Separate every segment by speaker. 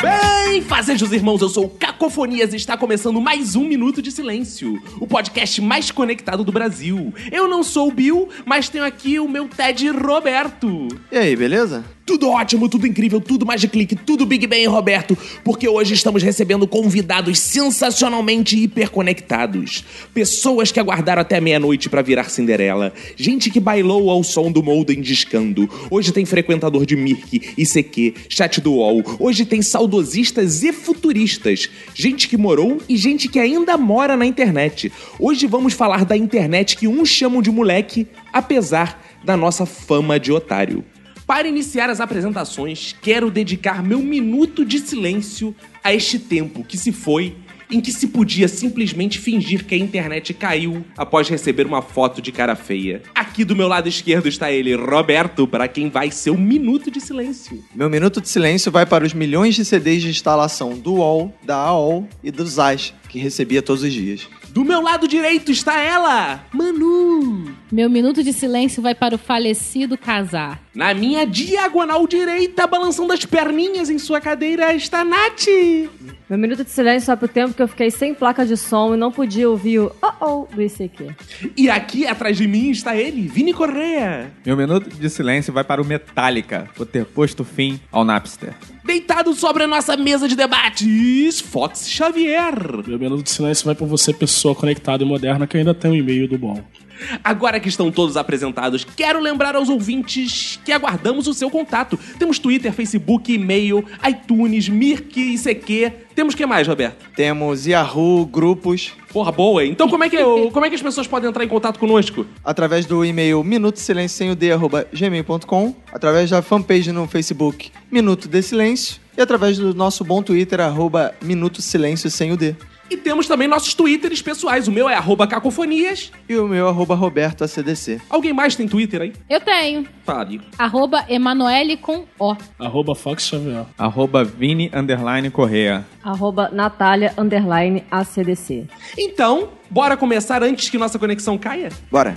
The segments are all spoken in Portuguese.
Speaker 1: Bem, fazejos irmãos, eu sou o Cacofonias e está começando mais um Minuto de Silêncio, o podcast mais conectado do Brasil. Eu não sou o Bill, mas tenho aqui o meu Ted Roberto.
Speaker 2: E aí, beleza?
Speaker 1: Tudo ótimo, tudo incrível, tudo mais de clique, tudo Big Bang, Roberto, porque hoje estamos recebendo convidados sensacionalmente hiperconectados. Pessoas que aguardaram até meia-noite pra virar Cinderela, gente que bailou ao som do Molden discando. Hoje tem frequentador de Mirk, ICQ, chat do UOL. Hoje tem saudosistas e futuristas, gente que morou e gente que ainda mora na internet. Hoje vamos falar da internet que uns chamam de moleque, apesar da nossa fama de otário. Para iniciar as apresentações, quero dedicar meu minuto de silêncio a este tempo que se foi em que se podia simplesmente fingir que a internet caiu após receber uma foto de cara feia. Aqui do meu lado esquerdo está ele, Roberto, para quem vai ser o minuto de silêncio.
Speaker 2: Meu minuto de silêncio vai para os milhões de CDs de instalação do UOL, da AOL e do ZAS, que recebia todos os dias.
Speaker 1: Do meu lado direito está ela, Manu.
Speaker 3: Meu minuto de silêncio vai para o falecido casar.
Speaker 1: Na minha diagonal direita, balançando as perninhas em sua cadeira, está Nath.
Speaker 4: Meu minuto de silêncio vai pro tempo que eu fiquei sem placa de som e não podia ouvir o oh oh do ICQ.
Speaker 1: E aqui atrás de mim está ele, Vini Correa.
Speaker 5: Meu minuto de silêncio vai para o Metallica por ter posto fim ao Napster.
Speaker 1: Deitado sobre a nossa mesa de debates, Fox Xavier.
Speaker 6: Meu minuto de silêncio vai pra você, pessoa conectada e moderna, que ainda tem um e-mail do bom.
Speaker 1: Agora que estão todos apresentados, quero lembrar aos ouvintes que aguardamos o seu contato. Temos Twitter, Facebook, e-mail, iTunes, Mirk, ICQ. Temos o que mais, Roberto?
Speaker 2: Temos Yahoo, grupos,
Speaker 1: Porra, boa, hein? Então como é, que, o- como é que as pessoas podem entrar em contato conosco?
Speaker 2: através do e-mail minutosilencio.gmail.com, através da fanpage no Facebook Minuto de Silêncio e através do nosso bom Twitter, arroba Minuto Silêncio sem o D.
Speaker 1: E temos também nossos Twitters pessoais. O meu é arroba cacofonias.
Speaker 2: E o meu, arroba Roberto ACDC.
Speaker 1: Alguém mais tem Twitter aí?
Speaker 3: Eu tenho.
Speaker 1: Fábio.
Speaker 3: Arroba Emanuele com O.
Speaker 6: Arroba Fox Xavier.
Speaker 5: Arroba Vini Underline Correa.
Speaker 4: Arroba Natália, underline, ACDC.
Speaker 1: Então, bora começar antes que nossa conexão caia?
Speaker 2: Bora.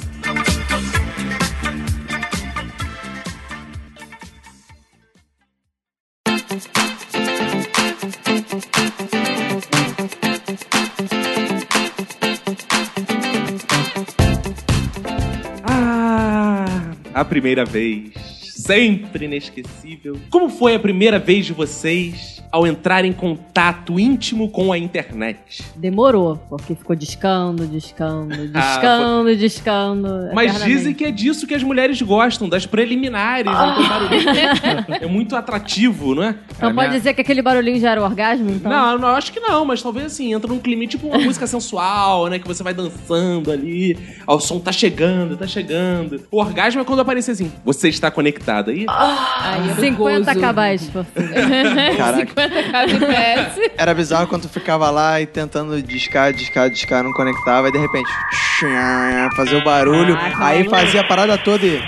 Speaker 1: Ah, a primeira vez. Sempre inesquecível. Como foi a primeira vez de vocês ao entrar em contato íntimo com a internet?
Speaker 4: Demorou, porque ficou discando, discando, discando, discando.
Speaker 1: Ah, Mas
Speaker 4: eternamente. Ah!
Speaker 1: dizem que é disso que as mulheres gostam, das preliminares. né? Que o barulho É muito atrativo, não é?
Speaker 4: Então
Speaker 5: Era
Speaker 4: pode
Speaker 5: minha-
Speaker 4: dizer que aquele barulhinho já era o orgasmo? Então?
Speaker 1: Não, não, acho que não, mas talvez assim, entra num clima tipo uma música sensual, né? Que você vai dançando ali, ó, o som tá chegando, tá chegando. O orgasmo é quando aparecer assim, você está conectado aí?
Speaker 4: Ah,
Speaker 1: é
Speaker 3: Aí
Speaker 4: 50 cabais, pô.
Speaker 2: Caraca.
Speaker 3: 50 cabais.
Speaker 2: Era bizarro quando tu ficava lá e tentando discar, discar, discar, não conectava, e de repente fazer o barulho,
Speaker 1: Caraca,
Speaker 2: aí
Speaker 1: maluco.
Speaker 2: fazia a parada toda e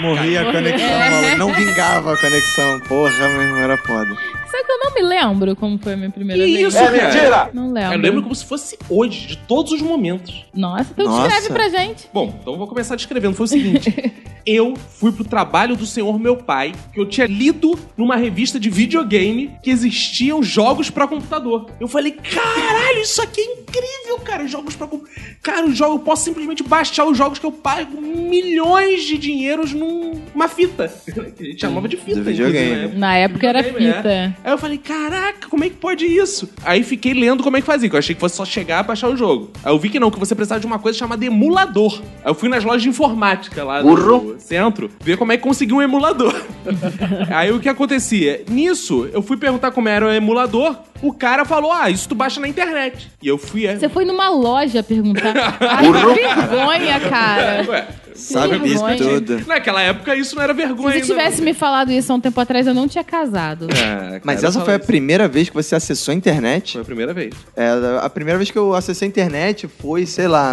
Speaker 2: morria a conexão, maluco. não vingava a conexão, porra, mesmo era foda.
Speaker 3: Sabe que eu não me lembro como foi a minha primeira
Speaker 1: Que
Speaker 3: vez?
Speaker 1: isso, É cara? mentira!
Speaker 3: Não lembro.
Speaker 1: Eu lembro como se fosse hoje, de todos os momentos.
Speaker 3: Nossa, então
Speaker 2: Nossa.
Speaker 3: descreve pra gente.
Speaker 1: Bom, então eu vou começar descrevendo. Foi o seguinte: eu fui pro trabalho do senhor meu pai, que eu tinha lido numa revista de videogame que existiam jogos pra computador. Eu falei: caralho, isso aqui é incrível, cara. Jogos pra computador. Cara, o jogo, eu posso simplesmente baixar os jogos que eu pago milhões de dinheiros numa fita. A gente chamava de fita,
Speaker 2: Do
Speaker 1: inclusive,
Speaker 2: videogame.
Speaker 1: né?
Speaker 3: Na época É era
Speaker 1: Videogame,
Speaker 3: fita.
Speaker 1: Aí eu falei, caraca, como é que pode isso? Aí fiquei lendo como é que fazia, que eu achei que fosse só chegar e baixar o jogo. Aí eu vi que não, que você precisava de uma coisa chamada emulador. Aí eu fui nas lojas de informática lá no centro, ver como é que conseguia um emulador. Aí o que acontecia? Nisso, eu fui perguntar como era o emulador, o cara falou, ah, isso tu baixa na internet. E eu fui... é,
Speaker 3: Você foi numa loja perguntar. Ai, que vergonha, cara.
Speaker 1: Ué,
Speaker 2: Sabe disso
Speaker 3: vergonha.
Speaker 2: tudo.
Speaker 1: Naquela época isso não era vergonha.
Speaker 3: Se você
Speaker 1: ainda,
Speaker 3: tivesse me falado isso há um tempo atrás, eu não tinha casado.
Speaker 1: não. É, cara,
Speaker 2: Mas
Speaker 1: eu
Speaker 2: essa
Speaker 1: falo
Speaker 2: foi a
Speaker 1: isso.
Speaker 2: primeira vez que você acessou a internet?
Speaker 1: Foi a primeira vez.
Speaker 2: É, a primeira vez que eu acessei a internet foi, sei lá,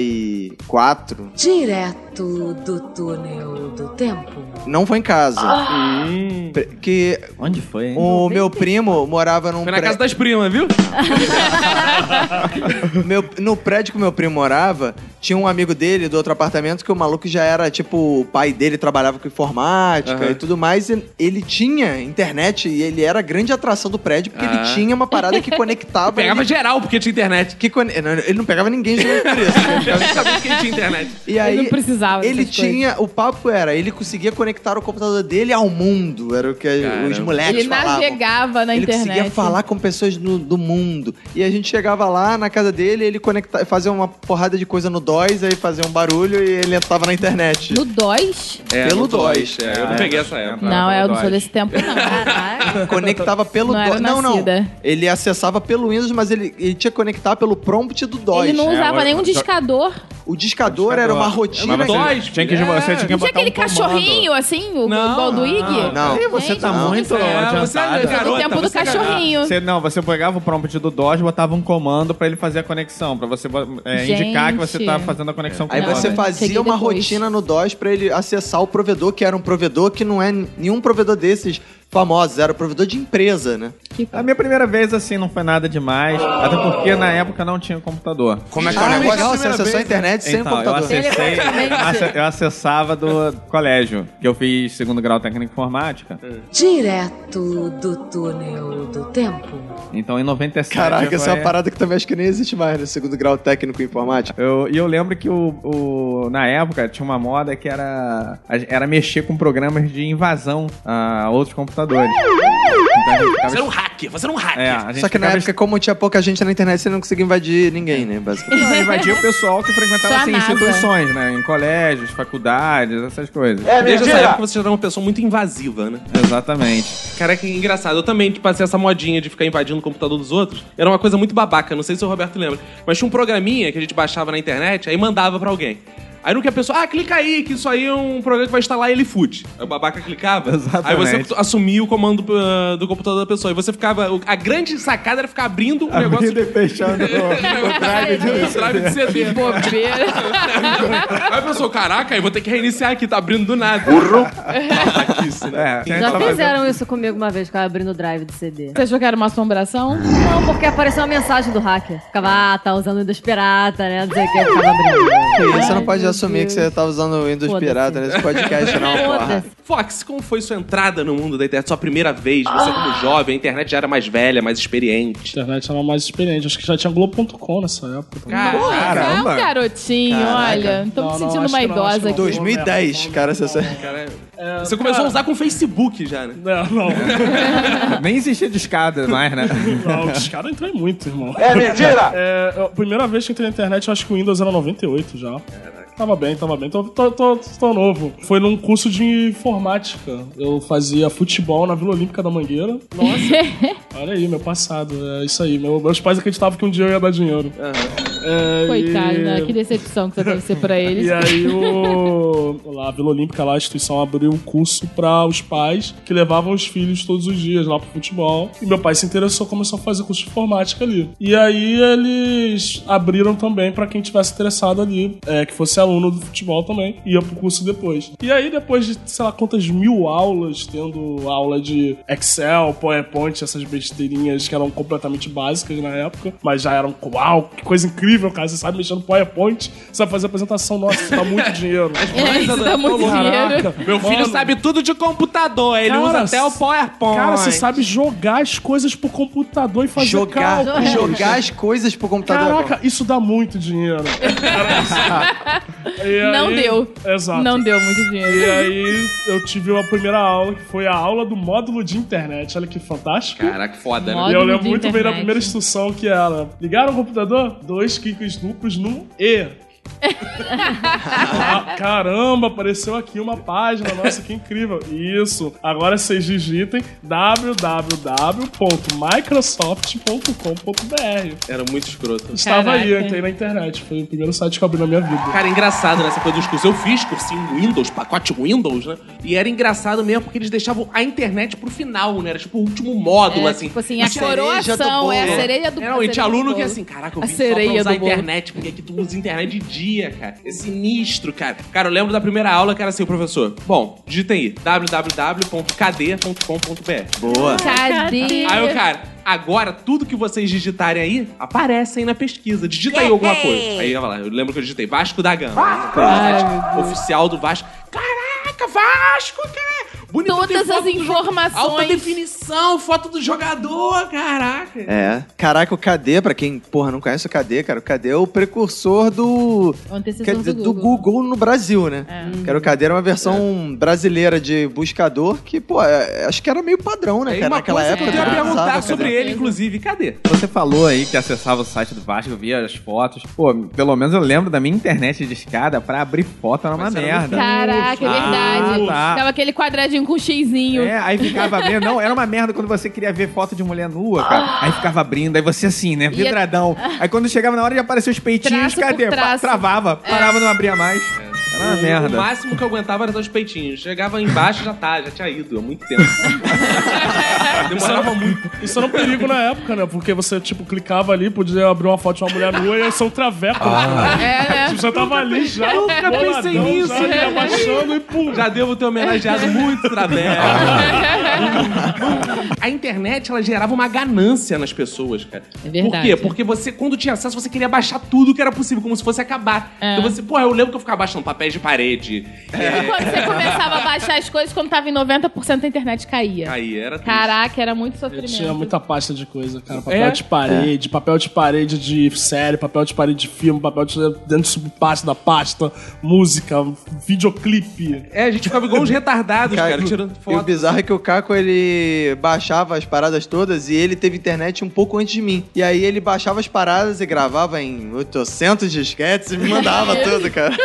Speaker 2: 94.
Speaker 7: Direto do túnel do tempo.
Speaker 2: Não foi em casa.
Speaker 1: Hum.
Speaker 2: Pre- Que
Speaker 5: Onde foi, hein?
Speaker 2: o meu primo morava num
Speaker 1: Foi na
Speaker 2: pré-
Speaker 1: casa das primas, viu?
Speaker 2: Meu- no prédio que meu primo morava, tinha um amigo dele do outro apartamento que o maluco já era, tipo, o pai dele trabalhava com informática
Speaker 1: Aham.
Speaker 2: e tudo mais. E ele tinha internet e ele era a grande atração do prédio porque
Speaker 1: Ah.
Speaker 2: ele tinha uma parada que conectava.
Speaker 1: Pegava
Speaker 2: ele,
Speaker 1: geral porque tinha internet.
Speaker 2: que cone- não, ele não pegava ninguém de isso. né?
Speaker 1: Eu nem sabia que tinha internet.
Speaker 2: E aí.
Speaker 3: eu não precisava
Speaker 2: Ele
Speaker 3: dessas coisas.
Speaker 2: tinha. O papo era, ele conseguia conectar o computador dele ao mundo. Era o que os
Speaker 1: Caramba.
Speaker 2: moleques
Speaker 3: Ele
Speaker 2: falavam.
Speaker 3: navegava na
Speaker 2: ele
Speaker 3: internet.
Speaker 2: conseguia falar com pessoas no- do mundo. E a gente chegava lá na casa dele, ele conecta, fazia uma porrada de coisa no DOS, aí fazia um barulho e ele entrava na internet.
Speaker 3: No 2?
Speaker 1: É,
Speaker 2: Pelo
Speaker 1: no
Speaker 2: dois.
Speaker 1: dois, é, eu não
Speaker 5: Ah,
Speaker 1: peguei
Speaker 5: é.
Speaker 1: essa época.
Speaker 3: Não, é, eu não sou
Speaker 5: Dodge.
Speaker 3: desse tempo, não.
Speaker 4: Caralho.
Speaker 2: Conectava pelo
Speaker 3: Não era
Speaker 2: DOS. Não, não.
Speaker 3: nascida.
Speaker 2: Ele acessava pelo Windows, mas ele, ele tinha que conectar pelo prompt do DOS.
Speaker 3: Ele não
Speaker 5: É,
Speaker 3: usava
Speaker 5: eu-
Speaker 3: nenhum
Speaker 5: eu-
Speaker 3: discador.
Speaker 2: O discador era uma rotina.
Speaker 5: Mas
Speaker 2: que-
Speaker 5: você-
Speaker 1: Dois,
Speaker 5: Tinha que,
Speaker 1: é.
Speaker 5: você tinha que
Speaker 3: Não tinha
Speaker 5: botar
Speaker 3: aquele
Speaker 5: um comando.
Speaker 3: cachorrinho, assim, o
Speaker 1: Não,
Speaker 3: Balduig?
Speaker 5: não,
Speaker 2: não.
Speaker 5: Ih, você tá
Speaker 3: Gente,
Speaker 5: muito
Speaker 3: é,
Speaker 5: adiantada.
Speaker 1: você é
Speaker 3: No
Speaker 1: garota,
Speaker 3: tempo do
Speaker 1: você é garota.
Speaker 3: cachorrinho.
Speaker 5: Você- não, você pegava o prompt do DOS, botava um comando pra ele fazer a conexão, pra você é,
Speaker 3: Gente.
Speaker 5: indicar que você tá fazendo a conexão com
Speaker 2: Aí
Speaker 5: o
Speaker 3: Não,
Speaker 2: você
Speaker 5: DOS.
Speaker 3: né? Cheguei
Speaker 2: fazia uma
Speaker 3: depois.
Speaker 2: rotina no DOS pra ele acessar o provedor, que era um provedor que não é nenhum provedor desses famosos, era o provedor de empresa, né?
Speaker 5: A minha primeira vez, assim, não foi nada demais. Até porque na época não tinha computador.
Speaker 8: Como é que é o
Speaker 2: Ah,
Speaker 8: negócio?
Speaker 2: legal, você acessou a internet sem
Speaker 5: Então, eu
Speaker 2: computador.
Speaker 5: acessei, eu ace- eu acessava do colégio, que eu fiz segundo grau técnico em informática.
Speaker 7: Direto do túnel do tempo.
Speaker 5: Então, em 97...
Speaker 2: Caraca, essa é uma
Speaker 5: eu-
Speaker 2: parada que também acho que nem existe mais no segundo grau técnico em informática.
Speaker 5: Eu- E eu, lembro que o, o- na época tinha uma moda que era, a- era mexer com programas de invasão a outros computadores. Então, a gente ficava-
Speaker 1: Você era um hacker, você era um hacker.
Speaker 5: é, a gente
Speaker 2: Só que na
Speaker 5: ficava-
Speaker 2: época, como tinha pouca gente na internet, você não conseguia invadir ninguém, né? Basicamente.
Speaker 5: Não, invadia o pessoal que
Speaker 3: Só
Speaker 5: frequentava
Speaker 3: a
Speaker 5: assim,
Speaker 3: NASA.
Speaker 5: instituições, né? Em colégios, faculdades, essas coisas.
Speaker 6: É.
Speaker 1: Desde essa época você já era uma pessoa muito invasiva, né?
Speaker 5: Exatamente.
Speaker 1: Cara, que engraçado. Eu também tipo, passei essa modinha de ficar invadindo o computador dos outros. Era uma coisa muito babaca, não sei se o Roberto lembra. Mas tinha um programinha que a gente baixava na internet, aí mandava pra alguém. Aí no que a pessoa, ah, clica aí, que isso aí é um programa que vai instalar ele food. Aí o babaca clicava. Aí
Speaker 5: Exatamente.
Speaker 1: você assumia o comando ah, do computador da pessoa. E você ficava. o- A grande sacada era ficar abrindo o negócio. É,
Speaker 5: e fechando o
Speaker 1: O drive de
Speaker 3: Que
Speaker 1: CD.
Speaker 3: bobeira.
Speaker 1: Aí a pessoa, caraca, eu vou ter que reiniciar aqui, tá abrindo do nada. Babaquice, né?
Speaker 5: É,
Speaker 4: Já fizeram isso comigo uma vez, ficava abrindo o drive de CD.
Speaker 3: Você achou que era uma assombração?
Speaker 4: Não, porque apareceu uma mensagem do hacker. Ficava, ah, tá usando o Windows Pirata, né? Não sei o que, ficava abrindo.
Speaker 2: você não pode
Speaker 4: meu
Speaker 2: assumir que
Speaker 4: Deus.
Speaker 2: você tava usando o Windows
Speaker 4: Foda-se.
Speaker 2: Pirata nesse podcast, não, porra.
Speaker 4: Foda-se.
Speaker 1: Fox, como foi sua entrada no mundo da internet? Sua primeira vez, você como jovem, a internet já era mais velha, mais experiente.
Speaker 6: internet era mais experiente. Acho que já tinha Globo.com nessa época.
Speaker 1: Cara,
Speaker 3: É
Speaker 5: Caramba.
Speaker 3: um garotinho, olha. Tô me
Speaker 6: Não, não,
Speaker 3: sentindo
Speaker 6: acho
Speaker 3: uma
Speaker 6: que não,
Speaker 3: idosa
Speaker 6: acho que não.
Speaker 3: aqui.
Speaker 2: 2010, cara, você
Speaker 1: você começou a usar com Facebook já, né?
Speaker 6: Não, não.
Speaker 5: Nem existia discada mais, né?
Speaker 6: Não, os caras entram em muito, irmão. É mentira! a primeira vez que eu entrei na internet, eu acho que o Windows era 98 já. Tava bem, tava bem. Tô, tô, tô, tô novo. Foi num curso de informática. Eu fazia futebol na Vila Olímpica da Mangueira. Nossa! Olha aí, meu passado. É isso aí. Meu- meus pais acreditavam que um dia eu ia dar dinheiro. É, e-
Speaker 3: Coitado, né? Que decepção que você deve ser pra eles.
Speaker 6: e aí o... lá, a Vila Olímpica, lá, a instituição abriu um curso para os pais que levavam os filhos todos os dias lá pro futebol. E meu pai se interessou, começou a fazer curso de informática ali. E aí eles abriram também para quem tivesse interessado ali, é, que fosse aluno do futebol também, ia pro curso depois. E aí depois de, sei lá, quantas mil aulas, tendo aula de Excel, PowerPoint, essas besteirinhas que eram completamente básicas na época, mas já eram, uau, que coisa incrível, cara, você sabe mexer no PowerPoint, você sabe fazer apresentação, nossa, isso dá muito dinheiro.
Speaker 3: É, isso dá muito dinheiro.
Speaker 6: Meu
Speaker 1: Filho sabe tudo de computador, ele
Speaker 6: Cara,
Speaker 1: usa até o PowerPoint.
Speaker 6: Cara, você sabe jogar as coisas pro computador e fazer
Speaker 2: jogar, é
Speaker 6: cálculos.
Speaker 2: jogar as coisas pro computador. é
Speaker 6: Caraca, isso dá muito dinheiro. Cara, isso- E
Speaker 3: Não
Speaker 6: aí-
Speaker 3: deu.
Speaker 6: Exato.
Speaker 3: Não deu muito
Speaker 6: E
Speaker 3: dinheiro.
Speaker 6: aí eu tive uma primeira aula, que foi a aula do módulo de internet. Olha que fantástico.
Speaker 1: Caraca, foda, né?
Speaker 6: E eu
Speaker 3: Módulo
Speaker 6: lembro
Speaker 3: de
Speaker 6: muito bem da
Speaker 3: internet. É,
Speaker 6: é primeira instrução que era: ligaram o computador, dois cliques duplos num E. Ah, caramba, apareceu aqui uma página. Nossa, que incrível. Isso. Agora vocês digitem www.microsoft.com.br.
Speaker 1: Era muito escroto.
Speaker 6: Estava aí, eu
Speaker 3: Caraca.
Speaker 6: entrei na internet. Foi o primeiro site que eu abri na minha vida.
Speaker 1: Cara, engraçado nessa coisa dos cursos. Eu fiz cursinho Windows, pacote Windows, né? E era engraçado mesmo porque eles deixavam a internet pro final, né? Era tipo o último módulo,
Speaker 9: É,
Speaker 1: assim.
Speaker 9: tipo assim, a
Speaker 2: cereja do
Speaker 9: coroação,
Speaker 2: bolo.
Speaker 9: é a cereia do
Speaker 1: Não, e tinha
Speaker 9: cereja do
Speaker 1: aluno que
Speaker 9: bolo.
Speaker 1: assim, caraca, eu
Speaker 9: A
Speaker 1: vim só pra
Speaker 9: sereia
Speaker 1: usar a
Speaker 9: do bolo.
Speaker 1: internet, porque aqui tu usa internet de dia, cara. É sinistro, cara. Cara, eu lembro da primeira aula que era assim, o professor. Bom, digitem aí, www.kd.com.br.
Speaker 2: Boa.
Speaker 9: Cadê?
Speaker 1: Aí o cara, agora tudo que vocês digitarem aí, aparece aí na pesquisa. Digita aí alguma coisa. Aí eu, lá, eu lembro que eu digitei Vasco da Gama. Site oficial do Vasco. Caraca, Vasco, cara! Bonito, tem
Speaker 9: Todas
Speaker 1: foto
Speaker 9: as
Speaker 1: do jo- Alta
Speaker 9: informações.
Speaker 1: definição, foto do jogador, caraca.
Speaker 2: É. Caraca, o KD, pra quem, porra, não conhece o KD, cara, o KD é o precursor do.
Speaker 9: O antecessor
Speaker 2: Quer dizer, do Google no Brasil, né?
Speaker 1: Hum.
Speaker 2: Que era o KD era uma versão brasileira de buscador que, pô, é- acho que era meio padrão, né,
Speaker 1: Aí
Speaker 2: cara?
Speaker 1: uma
Speaker 2: Naquela
Speaker 1: coisa que
Speaker 2: época. né?
Speaker 1: eu queria
Speaker 2: todo mundo usava
Speaker 1: perguntar
Speaker 2: o
Speaker 1: sobre
Speaker 2: KD.
Speaker 1: ele, inclusive, cadê?
Speaker 5: Você falou aí que acessava o site do Vasco, via as fotos. Pô, pelo menos eu lembro da minha internet de escada pra abrir foto era uma
Speaker 1: Mas era
Speaker 5: merda.
Speaker 9: Caraca, é verdade.
Speaker 5: Ah, tá.
Speaker 9: Tava aquele quadradinho com um xizinho.
Speaker 5: É, aí ficava vendo. Não, era uma merda quando você queria ver foto de mulher nua, cara. Aí ficava abrindo, aí você assim, né? Vidradão. Aí quando chegava na hora já aparecia os peitinhos,
Speaker 9: Traço por
Speaker 5: cadê? Pa-
Speaker 9: traço.
Speaker 5: Travava, parava, não abria mais.
Speaker 1: É.
Speaker 5: Era
Speaker 6: Ah,
Speaker 5: uma
Speaker 1: O
Speaker 5: merda.
Speaker 1: máximo que eu aguentava era dar os peitinhos. Chegava embaixo, já tá, já tinha ido há muito tempo. Demorava muito.
Speaker 6: Isso era um perigo na época, né? Porque você, tipo, clicava ali, podia abrir uma foto de uma mulher nua e eu sou um traveco.
Speaker 9: É, né?
Speaker 6: Tipo, já tava ali já.
Speaker 1: Ah. Nunca
Speaker 6: boladão,
Speaker 1: pensei nisso,
Speaker 6: já, ali
Speaker 1: né?
Speaker 6: abaixando e pum.
Speaker 1: Já devo ter homenageado muito Traveco. a internet, ela gerava uma ganância nas pessoas, cara.
Speaker 9: É verdade.
Speaker 1: Por quê? Porque você, quando tinha acesso, você queria baixar tudo que era possível, como se fosse acabar.
Speaker 9: É.
Speaker 1: Então você, porra, eu lembro que eu ficava baixando papéis de parede.
Speaker 9: E Quando você começava a baixar as coisas, quando tava em 90% a internet caía.
Speaker 1: É, Aí era triste.
Speaker 9: Caraca, era muito
Speaker 6: Eu
Speaker 9: sofrimento.
Speaker 6: tinha muita pasta de coisa, cara. Papel
Speaker 1: É?
Speaker 6: de parede, papel de parede de série, papel de parede de filme, papel de dentro de subpasta da pasta, música, videoclipe.
Speaker 1: É, a gente ficava igual uns retardados, cara, tirando
Speaker 2: E o
Speaker 1: foto.
Speaker 2: bizarro é que o Caco, ele baixava as paradas todas e ele teve internet um pouco antes de mim. E aí ele baixava as paradas e gravava em 800 disquetes e me mandava tudo, cara.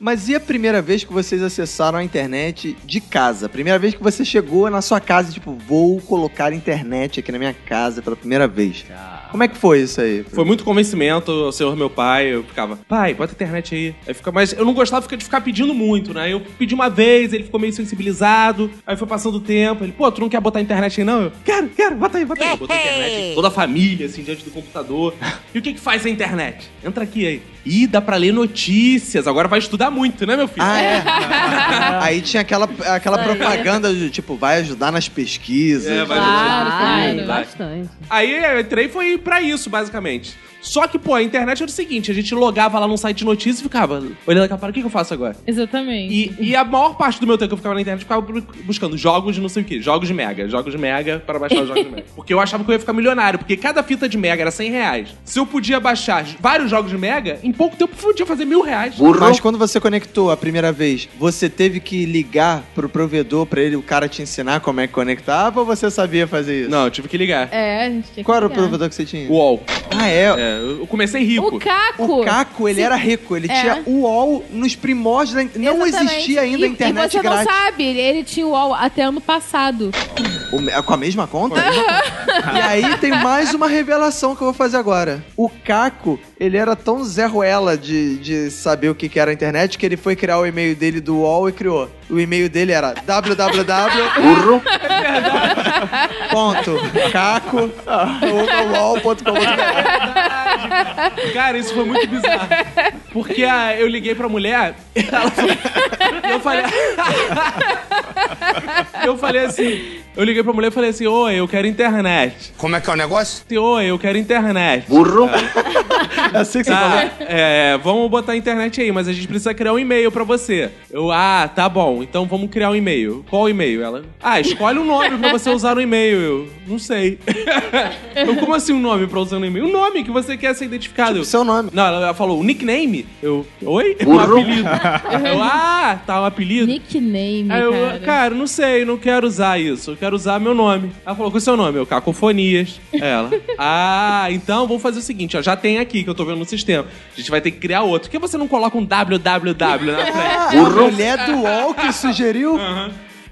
Speaker 2: Mas e a primeira vez que vocês acessaram a internet de casa? Primeira vez que você chegou na sua casa, tipo, vou colocar internet aqui na minha casa pela primeira vez. Como é que foi isso aí?
Speaker 1: Foi muito convencimento ao senhor meu pai. Eu ficava, pai, bota a internet aí. aí fica, mas eu não gostava fica- de ficar pedindo muito, né? Eu pedi uma vez, ele ficou meio sensibilizado. Aí foi passando o tempo. Ele, pô, tu não quer botar a internet aí, não? Eu, quero, quero, bota aí,
Speaker 2: É.
Speaker 1: bota aí. Botou a internet, toda a família, assim, diante do computador. E o que que faz a internet? Entra aqui aí. Ih, dá pra ler notícias. Agora vai estudar muito, né, meu filho?
Speaker 2: Ah, é? Aí tinha aquela, aquela
Speaker 9: Isso aí.
Speaker 2: propaganda de tipo, vai ajudar nas pesquisas.
Speaker 1: É, vai
Speaker 3: Claro,
Speaker 1: Vai,
Speaker 3: claro.
Speaker 1: vai.
Speaker 4: Bastante.
Speaker 1: Aí eu entrei e foi pra isso, basicamente. Só que, pô, a internet era o seguinte: a gente logava lá num site de notícias e ficava olhando aquela parada, o que que eu faço agora?
Speaker 3: Exatamente.
Speaker 1: E, e a maior parte do meu tempo que eu ficava na internet, eu ficava bu- buscando jogos de não sei o quê. Jogos de Mega. Jogos de Mega para baixar os jogos de Mega. Porque eu achava que eu ia ficar milionário. Porque cada fita de Mega era 100 reais. Se eu podia baixar vários jogos de Mega, em pouco tempo eu podia fazer mil reais.
Speaker 2: Mas quando você conectou a primeira vez, você teve que ligar pro provedor pra ele, o cara te ensinar como é que conectava ou você sabia fazer isso?
Speaker 1: Não, eu tive que ligar.
Speaker 9: É, a gente tinha que
Speaker 2: Qual era o
Speaker 9: ligar.
Speaker 2: provedor que você tinha?
Speaker 1: UOL.
Speaker 2: Ah, é.
Speaker 1: É, eu comecei rico.
Speaker 9: O Caco.
Speaker 2: O Caco, ele era rico, ele
Speaker 9: É.
Speaker 2: tinha UOL nos primórdios da in- Não
Speaker 9: Exatamente.
Speaker 2: existia ainda
Speaker 9: e,
Speaker 2: a internet
Speaker 9: E você
Speaker 2: grátis.
Speaker 9: não sabe, ele tinha o UOL até ano passado.
Speaker 2: O me- Com a mesma conta? e aí tem mais uma revelação que eu vou fazer agora. O Caco, ele era tão Zé Ruela de, de saber o que, que era a internet que ele foi criar o e-mail dele do UOL e criou. O e-mail dele era www. ponto caco arroba uol.com.br.
Speaker 1: Cara, isso foi muito bizarro. Porque ah, eu liguei pra mulher e ela falou... eu falei. eu falei assim. Eu liguei pra mulher e falei assim: Oi, eu quero internet. Como é que é o negócio? Oi, eu quero internet.
Speaker 2: É assim que você falou.
Speaker 1: Ah, é, vamos botar a internet aí, mas a gente precisa criar um e-mail pra você. Eu, ah, tá bom, então vamos criar um e-mail. Qual e-mail? Ela, ah, escolhe um nome pra você usar no e-mail. Eu, não sei. eu, como assim um nome pra usar no e-mail? Um nome que você quer ser identificado. Eu,
Speaker 2: Seu nome.
Speaker 1: não, ela ela falou, o nickname? Eu, oi? Um apelido. eu, ah, tá, um apelido.
Speaker 9: Nickname,
Speaker 1: Aí Ah, eu,
Speaker 9: cara.
Speaker 1: cara, cara, não sei, não quero usar isso. Eu quero usar meu nome. Ela falou, qual é o seu nome? Eu, Cacofonias. Aí Ela, ah, então vou fazer o seguinte, ó, já tem aqui que eu tô vendo no sistema. A gente vai ter que criar outro. Por que você não coloca um www na
Speaker 2: Ah,
Speaker 1: frente?
Speaker 2: a mulher do UOL que sugeriu?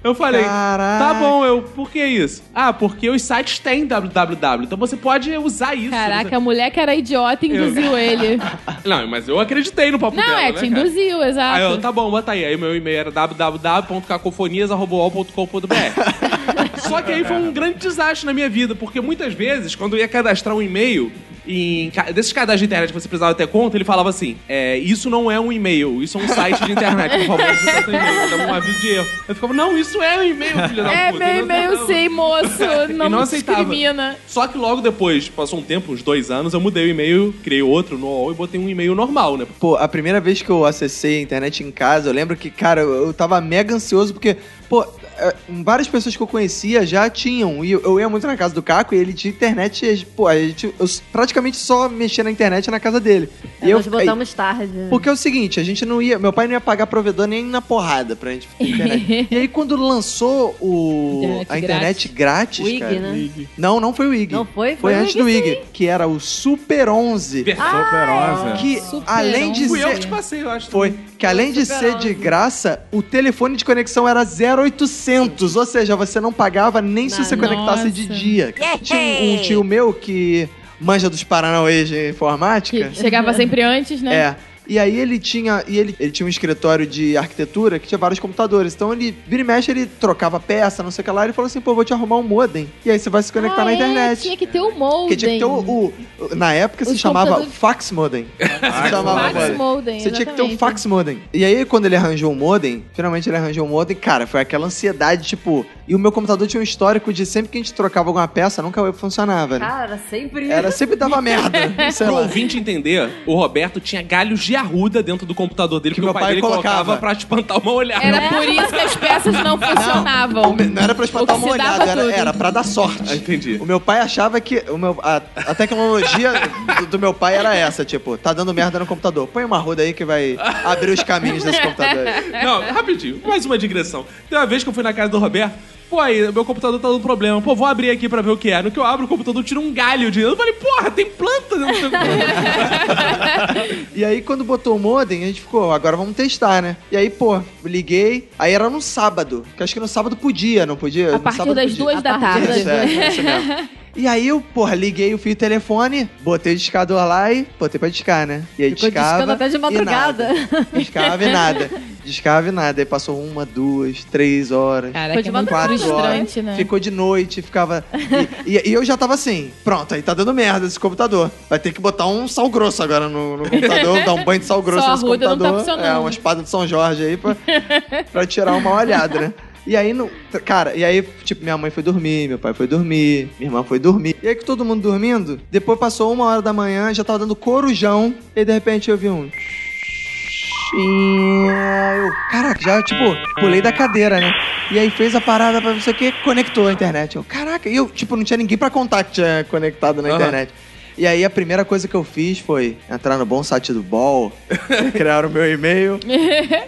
Speaker 1: Eu falei,
Speaker 2: Caraca.
Speaker 1: tá bom, eu, por que isso? Ah, porque os sites têm www, então você pode usar isso.
Speaker 9: Caraca, a mulher que era idiota induziu
Speaker 1: Eu-
Speaker 9: ele.
Speaker 1: Não, mas eu acreditei no papo
Speaker 9: Não,
Speaker 1: dela,
Speaker 9: é,
Speaker 1: né,
Speaker 9: te
Speaker 1: cara?
Speaker 9: induziu, exato.
Speaker 1: Aí eu, tá bom, bota aí. Aí meu e-mail era www.cacofonias.com.br Só que aí foi um grande desastre na minha vida, porque muitas vezes, quando eu ia cadastrar um e-mail, em, ca- desses cadastros de internet que você precisava ter conta, ele falava assim, é, isso não é um e-mail, isso é um site de internet, por favor, você tá sem e-mail, dava um aviso de erro. Eu ficava, não, isso é um e-mail, filho da
Speaker 9: É,
Speaker 1: puta.
Speaker 9: meu
Speaker 1: E não
Speaker 9: e-mail
Speaker 1: aceitava.
Speaker 9: sim, moço. Não,
Speaker 1: E
Speaker 9: me
Speaker 1: aceitava.
Speaker 9: discrimina.
Speaker 1: Só que logo depois, passou um tempo, uns dois anos, eu mudei o e-mail, criei outro no UOL e botei um e-mail normal, né?
Speaker 2: Pô, a primeira vez que eu acessei a internet em casa, eu lembro que, cara, eu, eu tava mega ansioso porque, pô, é, várias pessoas que eu conhecia já tinham. E eu, eu ia muito na casa do Caco e ele tinha internet. E, pô, a gente, eu s- praticamente só mexia na internet na casa dele. E eu,
Speaker 4: É, Nós botamos tarde.
Speaker 2: Porque é o seguinte, a gente não ia. Meu pai não ia pagar provedor nem na porrada pra gente ter internet. e aí, quando lançou o,
Speaker 4: Internet
Speaker 2: a internet grátis,
Speaker 4: O IG,
Speaker 2: cara.
Speaker 4: né? Ig.
Speaker 2: Não, não foi o IG. Não Foi,
Speaker 4: foi? Foi o
Speaker 2: antes
Speaker 4: IG,
Speaker 2: do IG, que era o Super 11.
Speaker 5: Super Ah, 11.
Speaker 2: Que
Speaker 5: Super
Speaker 2: além de
Speaker 5: 11. Fui
Speaker 2: ser.
Speaker 5: eu que te
Speaker 1: passei, eu acho.
Speaker 2: Foi. Que além de
Speaker 5: Super
Speaker 2: ser de
Speaker 5: 11.
Speaker 2: graça, o telefone de conexão era 0800. Ou seja, você não pagava nem
Speaker 9: Ah,
Speaker 2: se você conectasse de dia. Tinha um, um tio meu que manja dos Paranauês de informática.
Speaker 9: Chegava sempre antes, né?
Speaker 2: É. E aí ele tinha, e ele, ele tinha um escritório de arquitetura que tinha vários computadores. Então ele vira e mexe, ele trocava peça, não sei o que lá, e ele falou assim: "Pô, vou te arrumar um modem". E aí você vai se conectar
Speaker 9: Ah,
Speaker 2: na
Speaker 9: é,
Speaker 2: internet.
Speaker 9: Tinha que ter o molde.
Speaker 2: Porque tinha que ter o, o- o- na época se
Speaker 9: Os
Speaker 2: chamava
Speaker 9: computadores-
Speaker 2: fax modem. se
Speaker 9: Fax modem,
Speaker 2: Você tinha que ter um
Speaker 9: exatamente.
Speaker 2: fax modem. E aí quando ele arranjou o modem, finalmente ele arranjou o modem, cara, foi aquela ansiedade, tipo, e o meu computador tinha um histórico de sempre que a gente trocava alguma peça, nunca funcionava, né?
Speaker 4: Cara, sempre.
Speaker 2: Era sempre dava merda, sei
Speaker 1: Pro
Speaker 2: lá.
Speaker 1: ouvinte entender, o Roberto tinha galhos de arruda dentro do computador dele que, o
Speaker 2: meu
Speaker 1: pai,
Speaker 2: pai
Speaker 1: dele colocava.
Speaker 2: colocava.
Speaker 1: pra espantar uma olhada.
Speaker 9: Era por isso que as peças não funcionavam.
Speaker 2: Não era pra espantar uma
Speaker 9: Oxidava
Speaker 2: olhada, era,
Speaker 9: tudo.
Speaker 2: era pra dar sorte.
Speaker 1: entendi.
Speaker 2: O meu pai achava que o meu, a, a tecnologia do, do meu pai era essa, tipo, tá dando merda no computador. Põe uma ruda aí que vai abrir os caminhos desse computador.
Speaker 1: Não, rapidinho, mais uma digressão. Tem uma vez que eu fui na casa do Roberto, pô, aí meu computador tá dando problema. Pô, vou abrir aqui pra ver o que é. No que eu abro o computador, tira um galho de. Eu falei, porra, tem planta dentro do teu computador.
Speaker 2: E aí, quando botou o modem, a gente ficou, agora vamos testar, né? E aí, pô, liguei. Aí era no sábado, que acho que no sábado podia, não podia?
Speaker 9: A
Speaker 2: No
Speaker 9: partir
Speaker 2: sábado
Speaker 9: das
Speaker 2: podia.
Speaker 9: duas da tarde.
Speaker 2: partir das duas. É, é isso mesmo. E aí eu, porra, liguei o fio telefone, botei o discador lá e botei pra discar, né? E aí
Speaker 4: Ficou
Speaker 2: discava.
Speaker 4: discando até de
Speaker 2: e nada.
Speaker 4: madrugada.
Speaker 2: Discava e nada. Discava e nada. Aí passou uma, duas, três horas.
Speaker 9: Caraca, Ficou de é muito
Speaker 2: quatro
Speaker 9: frustrante,
Speaker 2: horas.
Speaker 9: né?
Speaker 2: Ficou de noite, ficava. E, e- e eu já tava assim, pronto, aí tá dando merda esse computador. Vai ter que botar um sal grosso agora no, no computador, dar um banho de sal grosso
Speaker 9: Só a
Speaker 2: nesse
Speaker 9: ruda não tá
Speaker 2: computador. é,
Speaker 9: funcionando.
Speaker 2: uma espada de São Jorge aí pra, pra tirar uma olhada, né? E aí, não, cara, e aí, tipo, minha mãe foi dormir, meu pai foi dormir, minha irmã foi dormir. E aí, que todo mundo dormindo, depois passou uma hora da manhã, já tava dando corujão, e aí, de repente eu vi um. E eu, caraca, já, tipo, pulei da cadeira, né? E aí fez a parada pra não sei o que, conectou a internet. Eu, caraca, e eu, tipo, não tinha ninguém pra contar que tinha conectado na
Speaker 1: Aham.
Speaker 2: internet. E aí a primeira coisa que eu fiz foi entrar no bom site do Ball, criar o meu e-mail,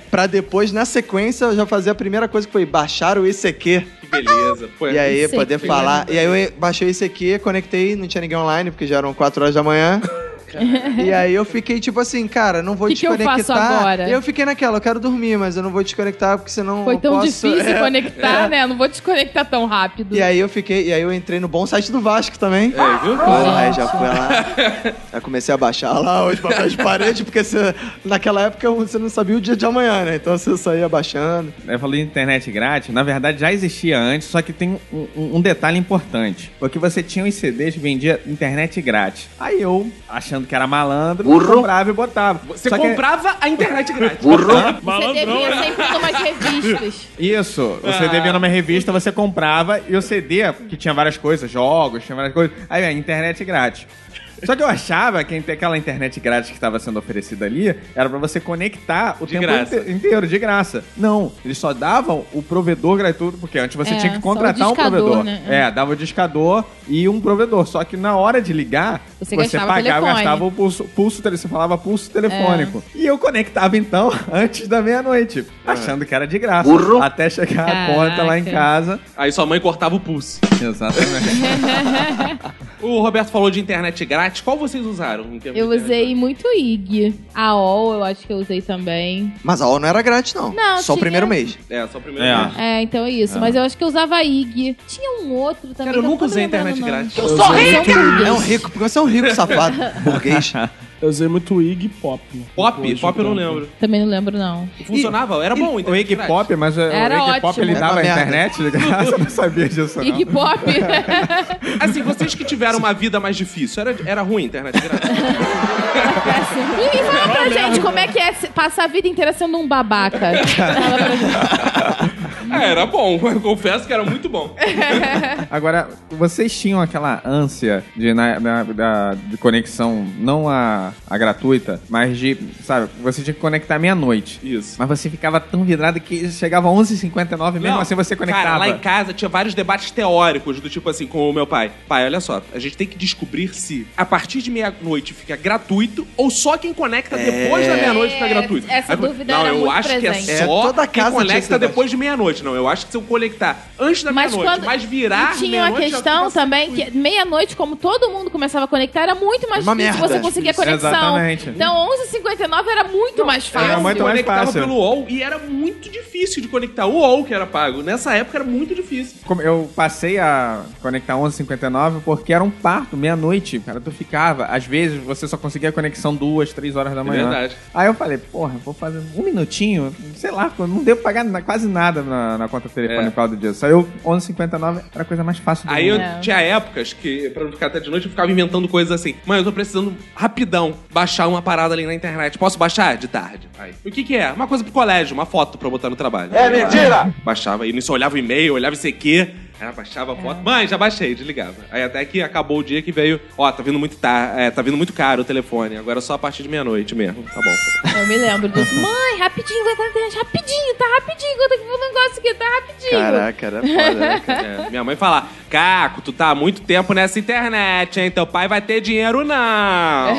Speaker 2: pra depois, na sequência, eu já fazer a primeira coisa que foi baixar o ICQ.
Speaker 1: Que beleza, pô. é
Speaker 2: E aí, poder falar. E aí, eu baixei esse aqui, conectei, não tinha ninguém online, porque já eram 4 horas da manhã. e aí, eu fiquei tipo assim, cara, não vou
Speaker 9: Que que eu
Speaker 2: desconectar.
Speaker 9: faço agora?
Speaker 2: E eu fiquei naquela, eu quero dormir, mas eu não vou desconectar, porque senão.
Speaker 9: Foi
Speaker 2: eu
Speaker 9: tão
Speaker 2: posso...
Speaker 9: difícil
Speaker 2: um É,
Speaker 9: conectar,
Speaker 2: é.
Speaker 9: né? Não vou desconectar tão rápido.
Speaker 2: E aí eu fiquei, e aí eu entrei no bom site do Vasco também.
Speaker 1: É, viu?
Speaker 2: Porra, aí já fui lá. Já comecei a baixar lá os papéis de parede, porque você- naquela época você não sabia o dia de amanhã, né? Então você saía baixando.
Speaker 5: Eu falei de internet grátis, na verdade já existia antes, só que tem um, um- um detalhe importante. Porque você tinha uns CDs que vendia internet grátis. Aí eu, achando que era malandro, comprava e botava.
Speaker 1: Você
Speaker 5: Só que- é-
Speaker 1: comprava a internet grátis.
Speaker 5: Burro.
Speaker 9: Você devia sempre numas revistas.
Speaker 5: Isso, o CD
Speaker 1: Ah.
Speaker 5: vinha numa revista, você comprava, e o CD, que tinha várias coisas, jogos, tinha várias coisas, aí a internet grátis. Só que eu achava que aquela internet grátis que estava sendo oferecida ali era pra você conectar o tempo
Speaker 1: graça.
Speaker 5: inte- inteiro, de graça. Não, eles só davam o provedor gratuito, porque antes você
Speaker 1: É,
Speaker 5: tinha que
Speaker 1: só o
Speaker 5: contratar um
Speaker 1: discador,
Speaker 5: provedor.
Speaker 1: né? É.
Speaker 5: É, dava o discador e um provedor. Só que na hora de ligar, você,
Speaker 1: Você gastava
Speaker 5: pagava,
Speaker 1: telefone.
Speaker 5: gastava o pulso, pulso tele- você falava pulso telefônico.
Speaker 9: É.
Speaker 5: E eu conectava então antes da meia-noite, achando que era de graça.
Speaker 1: É. Burro.
Speaker 5: Até chegar a conta lá em
Speaker 1: Caraca.
Speaker 5: casa.
Speaker 1: Aí sua mãe cortava o pulso.
Speaker 5: Exatamente.
Speaker 1: o Roberto falou de internet grátis. Qual vocês usaram? em
Speaker 2: É
Speaker 1: termos
Speaker 9: Eu
Speaker 1: de internet?
Speaker 9: usei muito IG. A OL eu acho que eu usei também.
Speaker 2: Mas a aula não era grátis, não.
Speaker 9: Não,
Speaker 2: Só o
Speaker 9: tinha-
Speaker 2: primeiro mês.
Speaker 1: É, só o primeiro
Speaker 2: É.
Speaker 1: mês.
Speaker 9: É, então é isso.
Speaker 2: Ah.
Speaker 9: Mas eu acho que eu usava IG. Tinha um outro também.
Speaker 1: Cara, eu
Speaker 9: que
Speaker 1: nunca
Speaker 9: não tô
Speaker 1: usei
Speaker 9: lembrando
Speaker 1: internet
Speaker 9: o nome.
Speaker 1: grátis.
Speaker 9: Eu sou rico!
Speaker 2: É um rico, porque você é um rico safado. Burguês.
Speaker 6: Eu usei muito Ig Pop. né?
Speaker 1: Pop? Pop eu não
Speaker 6: então.
Speaker 1: lembro.
Speaker 9: Também não lembro, não.
Speaker 1: Funcionava? Era bom o
Speaker 5: O
Speaker 1: internet
Speaker 5: Iggy
Speaker 1: grátis.
Speaker 5: Pop, mas é, o
Speaker 9: Era
Speaker 5: Iggy Pop
Speaker 9: ótimo.
Speaker 5: ele
Speaker 9: Era
Speaker 5: dava
Speaker 9: uma
Speaker 5: a
Speaker 9: merda.
Speaker 5: internet de graça, eu não sabia disso não.
Speaker 9: Iggy Pop. É
Speaker 1: Assim, vocês que tiveram uma vida mais difícil, era, era ruim a internet né? grátis?
Speaker 9: Ninguém assim. fala pra
Speaker 1: Era
Speaker 9: gente
Speaker 1: mesmo.
Speaker 9: como é que é se- passar a vida inteira sendo um babaca. Fala pra gente.
Speaker 1: ah, era bom. Eu confesso que era muito bom.
Speaker 5: Agora, vocês tinham aquela ânsia de, na- na- da- de conexão, não a, a gratuita, mas de, sabe, você tinha que conectar meia-noite.
Speaker 1: Isso.
Speaker 5: Mas você ficava tão vidrado que chegava 11h59 mesmo
Speaker 1: Não,
Speaker 5: assim você
Speaker 1: Cara,
Speaker 5: conectava.
Speaker 1: lá em casa tinha vários debates teóricos, do tipo assim, com o meu pai. Pai, olha só, a gente tem que descobrir se a partir de meia-noite fica gratuito ou só quem conecta depois
Speaker 10: É.
Speaker 1: da meia-noite fica gratuito.
Speaker 10: Essa
Speaker 1: eu falei,
Speaker 10: dúvida
Speaker 1: Não,
Speaker 10: era
Speaker 1: eu
Speaker 10: muito
Speaker 1: acho que
Speaker 10: presente.
Speaker 1: é
Speaker 10: É,
Speaker 1: só
Speaker 10: toda
Speaker 1: quem
Speaker 10: casa tinha esse
Speaker 1: conecta
Speaker 10: debate.
Speaker 1: depois de meia-noite. Não, eu acho que se eu conectar antes da
Speaker 9: Mas
Speaker 1: meia-noite,
Speaker 9: quando.
Speaker 1: mas virar é
Speaker 9: e tinha uma
Speaker 1: meia-noite, já
Speaker 9: questão também que meia-noite, como todo mundo começava a conectar, era muito mais
Speaker 1: Uma
Speaker 9: difícil
Speaker 1: merda.
Speaker 9: você conseguir a conexão.
Speaker 1: Exatamente.
Speaker 9: Então, 11h59 era muito mais fácil.
Speaker 1: eu conectava
Speaker 5: fácil.
Speaker 1: pelo UOL e era muito difícil de conectar. O UOL que era pago. Nessa época era muito difícil.
Speaker 5: Como Eu passei a conectar 11h59 porque era um parto, meia-noite, cara. Tu ficava, às vezes você só conseguia conexão duas, três horas da manhã.
Speaker 1: É verdade.
Speaker 5: Aí eu falei, porra, vou fazer um minutinho, sei lá, pô, não deu pra pagar na- quase nada na, na conta telefônica por causa disso. Saiu 11h59, era a coisa mais fácil do
Speaker 1: É. Aí eu
Speaker 5: mundo.
Speaker 1: tinha épocas que, pra não ficar até de noite, eu ficava inventando coisas assim. Mãe, eu tô precisando rapidão baixar uma parada ali na internet. Posso baixar? De tarde. Aí. O que que é? Uma coisa pro colégio, uma foto pra eu botar no trabalho.
Speaker 10: É mentira!
Speaker 1: Baixava. E nisso eu olhava o e-mail, olhava isso aqui. Aí eu baixava a foto. Mãe, já baixei, desligava. Aí até que acabou o dia que veio. Ó, tá vindo muito tar... é, tá vindo muito caro o telefone. Agora é só a partir de meia-noite mesmo. Tá bom.
Speaker 9: Eu me lembro disso. Mãe, rapidinho, vai entrar na internet. Rapidinho, tá rapidinho. Eu tô com um negócio aqui, tá rapidinho.
Speaker 1: É, minha mãe fala: Caco, tu tá há muito tempo nessa internet, hein? Teu pai vai ter dinheiro, não.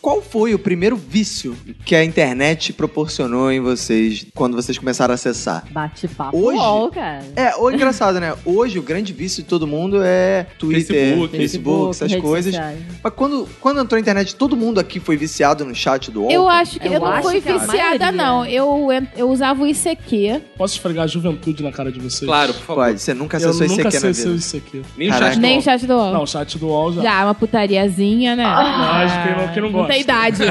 Speaker 2: Qual foi o primeiro vício que a internet proporcionou em vocês quando vocês começaram a acessar?
Speaker 4: Bate-papo.
Speaker 2: Hoje-
Speaker 4: UOL, cara.
Speaker 2: É, o engraçado, né? Hoje o grande vício de todo mundo é Twitter,
Speaker 4: Facebook.
Speaker 2: Facebook,
Speaker 4: Facebook,
Speaker 2: essas
Speaker 4: redes
Speaker 2: coisas.
Speaker 4: sociais.
Speaker 2: Mas quando, quando entrou a internet, todo mundo aqui foi viciado no chat do UOL?
Speaker 9: Eu acho que eu, não
Speaker 4: acho
Speaker 9: fui
Speaker 4: que a
Speaker 9: viciada,
Speaker 4: maioria.
Speaker 9: não. Eu, en- eu usava o ICQ.
Speaker 6: Posso esfregar a juventude na cara de vocês?
Speaker 2: Claro, por favor. Pode, você nunca acessou
Speaker 6: Eu
Speaker 2: isso
Speaker 1: é
Speaker 6: nunca
Speaker 2: aqui na
Speaker 6: acessei
Speaker 2: vida.
Speaker 6: isso aqui.
Speaker 1: Nem o
Speaker 2: Caraca. chat do
Speaker 9: Nem o chat do UOL.
Speaker 6: Não, o chat do UOL já.
Speaker 9: Já, uma putariazinha, né?
Speaker 6: Mas quem não, quem não
Speaker 9: tem
Speaker 6: gosta?
Speaker 9: idade.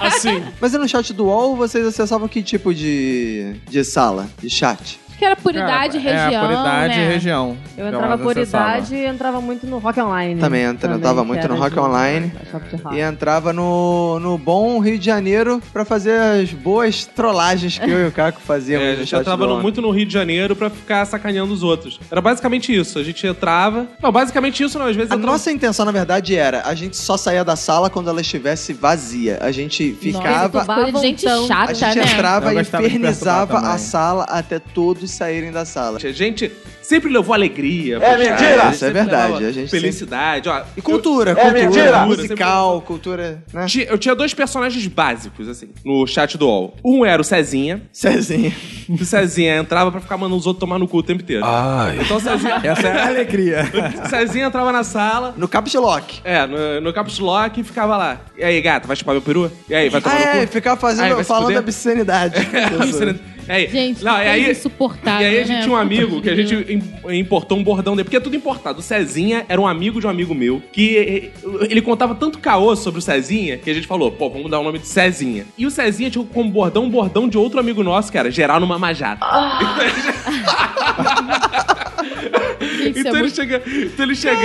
Speaker 6: assim.
Speaker 2: Mas e no chat do UOL vocês acessavam que tipo de, de sala? De chat?
Speaker 9: Acho que era por
Speaker 4: Cara,
Speaker 9: idade,
Speaker 4: é,
Speaker 9: região.
Speaker 4: por idade,
Speaker 9: né?
Speaker 5: região. Então,
Speaker 4: Eu entrava por idade e entrava muito no Rock Online.
Speaker 2: Também entra, eu tava
Speaker 4: que
Speaker 2: muito
Speaker 4: era
Speaker 2: no Rock
Speaker 4: de- né?
Speaker 2: Online.
Speaker 4: Shop de rock.
Speaker 2: E entrava no, no bom Rio de Janeiro pra fazer as boas trollagens que eu e o Caco fazíamos.
Speaker 1: É, a
Speaker 2: no
Speaker 1: gente
Speaker 2: chat
Speaker 1: entrava
Speaker 2: do
Speaker 1: no-
Speaker 2: UOL.
Speaker 1: muito no Rio de Janeiro pra ficar sacaneando os outros. Era basicamente isso. A gente entrava. Não, basicamente isso não. Às vezes
Speaker 2: A
Speaker 1: entrava-
Speaker 2: nossa intenção, na verdade, era a gente só saía da sala quando ela estivesse vazia. A gente ficava.
Speaker 9: perturbava Coisa de gente então. chata,
Speaker 2: a gente
Speaker 9: né?
Speaker 2: entrava
Speaker 1: Eu
Speaker 2: e
Speaker 1: gostava de perturbar
Speaker 2: infernizava
Speaker 1: também.
Speaker 2: a sala até todos saírem da sala.
Speaker 1: A gente sempre levou
Speaker 2: É
Speaker 1: alegria. pro chat.
Speaker 2: mentira!
Speaker 1: A gente
Speaker 2: Isso é
Speaker 1: sempre
Speaker 2: verdade,
Speaker 1: levava
Speaker 2: a gente
Speaker 1: Felicidade, ó.
Speaker 2: E cultura,
Speaker 1: Eu-
Speaker 2: cultura,
Speaker 1: sempre-
Speaker 2: musical, cultura. né?
Speaker 1: Ti- Eu tinha dois personagens básicos, assim, no chat do UOL. Um era o Cezinha.
Speaker 2: Cezinha.
Speaker 1: O Cezinha entrava pra ficar mandando os outros tomar no cu o tempo inteiro.
Speaker 11: Ai.
Speaker 1: Então o Cezinha...
Speaker 5: Essa é a alegria.
Speaker 1: O Cezinha entrava na sala...
Speaker 2: No caps lock.
Speaker 1: É, no, no caps lock e ficava lá. E aí, gata, vai chupar meu peru? E aí, vai tomar
Speaker 2: Ah,
Speaker 1: no
Speaker 2: é,
Speaker 1: cu?
Speaker 2: ficava
Speaker 1: Aí, vai
Speaker 2: fazendo,
Speaker 1: se
Speaker 2: falando
Speaker 1: fuder?
Speaker 2: absurdidade.
Speaker 1: É aí,
Speaker 9: Gente,
Speaker 1: não, e
Speaker 9: coisa
Speaker 1: aí,
Speaker 9: insuportável,
Speaker 1: e aí a gente
Speaker 9: né?
Speaker 1: tinha um amigo
Speaker 9: Puta
Speaker 1: que a
Speaker 9: Deus.
Speaker 1: gente im- importou um bordão dele, porque é tudo importado. O Cezinha era um amigo de um amigo meu que eh, ele contava tanto caô sobre o Cezinha que a gente falou, pô, vamos dar o nome de Cezinha. E o Cezinha tinha como bordão um bordão de outro amigo nosso, que era geral numa majada.
Speaker 9: Gente, isso é
Speaker 1: então, ele
Speaker 9: muito...
Speaker 1: chega, então ele chega.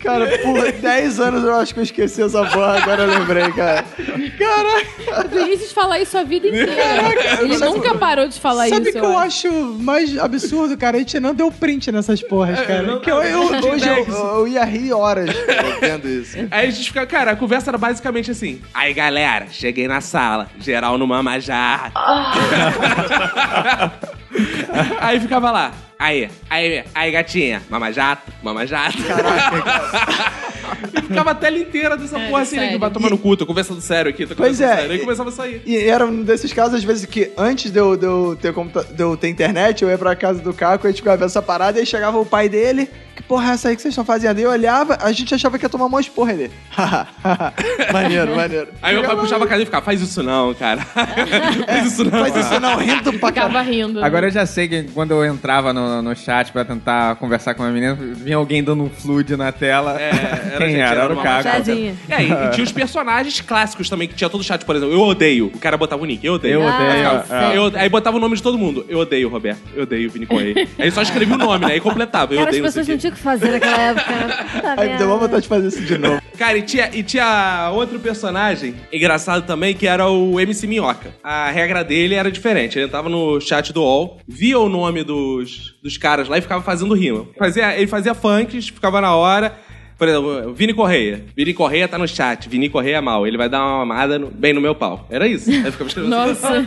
Speaker 2: Cara, por 10 anos eu acho que eu esqueci essa porra, agora eu lembrei, cara.
Speaker 9: O Vinícius fala isso a vida inteira.
Speaker 12: Caraca,
Speaker 9: Ele
Speaker 12: sabe-
Speaker 9: nunca parou de falar
Speaker 12: Sabe o
Speaker 9: isso.
Speaker 12: que eu acho mais absurdo, cara? A gente não deu print nessas porras, cara. que eu, eu,
Speaker 2: hoje eu, eu ia rir horas cara, vendo isso.
Speaker 1: Aí a gente fica, cara, a conversa era basicamente assim. Aí, galera, cheguei na sala, geral no mamajarra. aí ficava lá. Aí, aí, aí, gatinha, mamajato, mamajato. E ficava a tela inteira dessa porra assim, né? Que vai tomar no cu, tô conversando sério aqui, tô
Speaker 2: Pois
Speaker 1: conversando
Speaker 2: é.
Speaker 1: sério. Aí começava a sair.
Speaker 2: E era um desses casos, às vezes, que antes de eu, de eu ter, computa- de eu ter internet, eu ia pra casa do Caco, a gente ficava vendo essa parada, e aí chegava o pai dele, que porra é essa aí que vocês estão fazendo? E eu olhava, a gente achava que ia tomar um monte de porra ele. maneiro, maneiro.
Speaker 1: Aí meu pai puxava a cadeira e ficava, faz isso não, cara. faz isso não. Faz
Speaker 2: isso não, rindo pra
Speaker 9: Ficava rindo.
Speaker 5: Agora eu já sei que quando eu entrava no, no chat pra tentar conversar com uma menina, vinha alguém dando um flood na tela.
Speaker 1: É, era
Speaker 5: Quem
Speaker 1: gente,
Speaker 5: era? Era o
Speaker 1: uma
Speaker 5: Caco.
Speaker 1: machadinha. E aí, e tinha os personagens clássicos também, que tinha todo o chat, por exemplo. Eu odeio. O cara botava o nick. Eu odeio.
Speaker 5: Eu odeio,
Speaker 4: Ah,
Speaker 1: Aí ficava,
Speaker 5: é.
Speaker 1: eu odeio. Aí botava o nome de todo mundo. Eu odeio o Roberto. Eu odeio o Vini Correia. Aí só escrevia o nome, né? Aí completava. Eu
Speaker 4: Cara, as
Speaker 1: odeio não sei o
Speaker 4: pessoas não tinham o que fazer naquela época. né? Puta
Speaker 2: Aí me deu uma
Speaker 4: merda.
Speaker 2: vontade de fazer isso de novo.
Speaker 1: Cara, e tinha, e tinha outro personagem engraçado também, que era o MC Minhoca. A regra dele era diferente. Ele entrava no chat do UOL, via o nome dos, dos caras lá e ficava fazendo rima. Fazia, ele fazia funks, ficava na hora. Por exemplo, Vini Correia. Vini Correia tá no chat. Vini Correia é mal. Ele vai dar uma mamada no- bem no meu pau. Era isso. Aí ficava escrevendo assim.
Speaker 9: Nossa.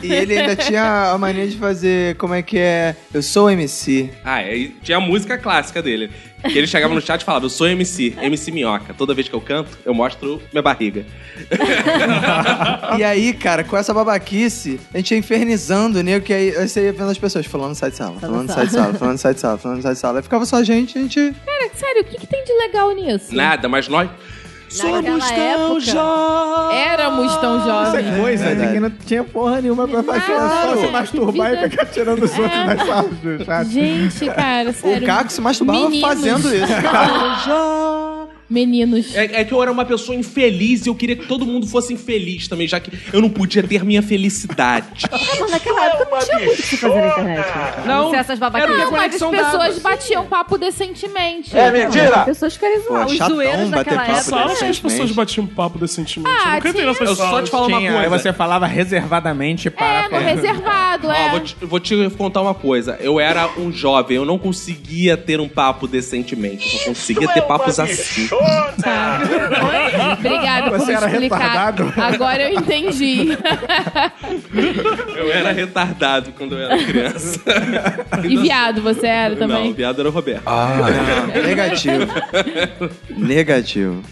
Speaker 2: E ele ainda tinha a É mania de fazer, como é que é? Eu sou MC.
Speaker 1: Ah, e tinha a música clássica dele. Que ele chegava no chat e falava: Eu sou MC, MC Minhoca. Toda vez que eu canto, eu mostro minha barriga.
Speaker 2: E aí, cara, com essa babaquice, a gente ia infernizando, né? Que aí aí você ia vendo as pessoas falando sai de sala, falando sai de sala, falando sai de sala, falando sai de sala. Aí ficava só a gente, a gente.
Speaker 9: Cara, sério, o que, que tem de legal nisso?
Speaker 1: Nada, mas nós.
Speaker 9: Somos tão jovens. Éramos
Speaker 1: Ah.
Speaker 9: tão
Speaker 12: Isso
Speaker 9: jovens.
Speaker 12: é coisa de que não tinha porra nenhuma pra fazer. Só se masturbar e ficar tirando os outros das salas do chat.
Speaker 9: É. Gente, cara, sério.
Speaker 2: O Caco se masturbava
Speaker 9: Meninos.
Speaker 2: fazendo isso.
Speaker 9: Meninos.
Speaker 1: É, é que eu era uma pessoa infeliz e eu queria que todo mundo fosse infeliz também, já que eu não podia ter minha felicidade.
Speaker 4: Ah, mas naquela época não tinha muito o que fazer na internet. né?
Speaker 1: Não,
Speaker 4: Não, essas babaquices.
Speaker 9: Não,
Speaker 1: é
Speaker 4: Não,
Speaker 9: mas as pessoas
Speaker 1: assim.
Speaker 9: batiam papo decentemente.
Speaker 4: É mentira!
Speaker 9: As pessoas querem
Speaker 4: Pô,
Speaker 9: zoar. Os
Speaker 4: chatão
Speaker 9: zoeiros
Speaker 4: bater
Speaker 9: daquela
Speaker 4: papo
Speaker 9: época.
Speaker 6: Sala que as
Speaker 5: Recentemente.
Speaker 6: pessoas batiam um papo decentemente.
Speaker 9: Ah,
Speaker 6: eu nunca entrei
Speaker 9: tinha.
Speaker 6: nessas
Speaker 5: Eu
Speaker 6: salas.
Speaker 5: só te falo uma coisa. Aí você falava reservadamente para...
Speaker 9: É, no reservado,
Speaker 1: Ó,
Speaker 9: é.
Speaker 1: vou te, vou te contar uma coisa. Eu era um jovem, eu não conseguia ter um papo decentemente. Eu não conseguia ter papos assim.
Speaker 9: Obrigada por
Speaker 1: Você era
Speaker 9: explicar.
Speaker 1: retardado?
Speaker 9: Agora eu entendi.
Speaker 1: Eu era retardado quando eu era criança.
Speaker 9: e viado, você era
Speaker 1: Não, o
Speaker 9: também?
Speaker 1: viado era o Roberto.
Speaker 2: Ah, não. Negativo. Negativo.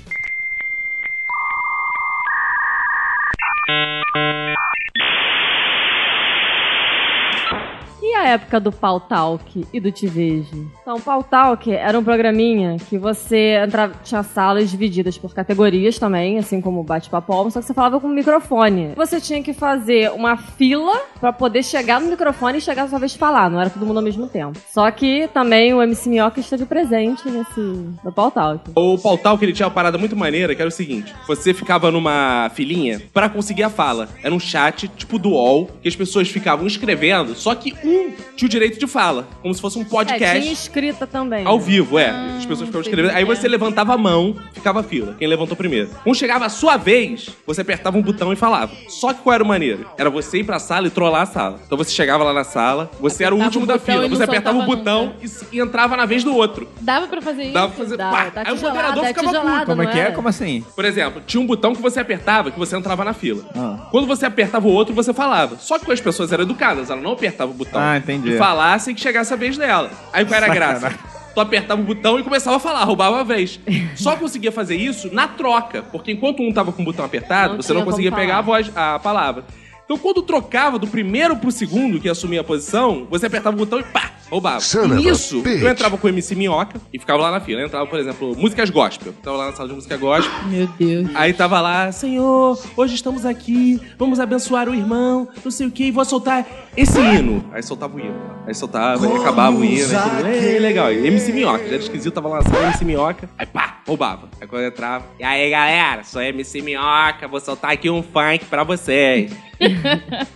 Speaker 4: E a época do Pau Talk e do Te Vejo? Então, o Pau Talk era um programinha que você entrava, tinha salas divididas por categorias também, assim como o bate-papo, Alma, só que você falava com um microfone. Você tinha que fazer uma fila pra poder chegar no microfone e chegar sua vez de falar, não era todo mundo ao mesmo tempo. Só que também o MC Minhoca esteve presente nesse, no Pau Talk.
Speaker 1: O pautal que ele tinha uma parada muito maneira, que era o seguinte: você ficava numa filinha pra conseguir a fala. Era um chat, tipo do UOL, que as pessoas ficavam escrevendo, só que um tinha o direito de fala, como se fosse um
Speaker 4: É, tinha
Speaker 1: podcast.
Speaker 4: escrita também.
Speaker 1: Ao vivo, é.
Speaker 9: Ah,
Speaker 1: As pessoas ficavam escrevendo. Aí você levantava a mão, ficava a fila. Quem levantou primeiro. Quando chegava a sua vez, você apertava um botão e falava. Só que qual era o maneiro? Era você ir pra sala e trollar a sala. Então você chegava lá na sala, você era o
Speaker 9: Apertava
Speaker 1: último
Speaker 9: o
Speaker 1: da
Speaker 9: botão
Speaker 1: fila.
Speaker 9: e não
Speaker 1: Você apertava o
Speaker 9: soltava
Speaker 1: botão e, s- e entrava na vez do outro.
Speaker 9: Dava pra fazer isso?
Speaker 1: Dava pra fazer- pá!
Speaker 4: tá
Speaker 1: Aí o
Speaker 4: tijolada,
Speaker 1: moderador
Speaker 4: é
Speaker 1: ficava
Speaker 4: tijolada,
Speaker 1: puto. Como é
Speaker 4: não
Speaker 1: que é?
Speaker 4: era?
Speaker 1: Como
Speaker 5: assim?
Speaker 1: Por exemplo, tinha um botão que você apertava que você entrava na fila.
Speaker 5: Ah.
Speaker 1: Quando você apertava o outro, você falava. Só que as pessoas eram educadas, elas não apertavam o botão.
Speaker 5: Ah, entendi.
Speaker 1: E falassem que chegasse a vez dela. Aí qual era a graça?
Speaker 5: Sacanagem.
Speaker 1: Tu apertava o botão e começava a falar, roubava a vez. Só conseguia fazer isso na troca, porque enquanto um tava com o botão apertado,
Speaker 5: Não
Speaker 1: você não
Speaker 5: tinha como
Speaker 1: conseguia
Speaker 5: falar.
Speaker 1: pegar a voz, a palavra. Então quando trocava do primeiro pro segundo, que assumia a posição, você apertava o botão e pá, roubava.
Speaker 13: Son of a
Speaker 1: E Nisso,
Speaker 13: bitch.
Speaker 1: eu entrava com o MC Minhoca e ficava lá na fila. Eu entrava, por exemplo, músicas gospel. Tava lá na sala de música gospel.
Speaker 9: Meu Deus.
Speaker 1: Aí tava lá, Senhor, hoje estamos aqui, vamos abençoar o irmão, não sei o que, e vou soltar esse hino. Aí soltava o hino. Aí soltava, aí acabava o hino. Aí tudo, "Ei, legal. E MC Minhoca, já era esquisito, tava lá na sala, MC Minhoca. Aí pá, roubava. Aí quando eu entrava, e aí galera, sou MC Minhoca, vou soltar aqui um funk pra vocês.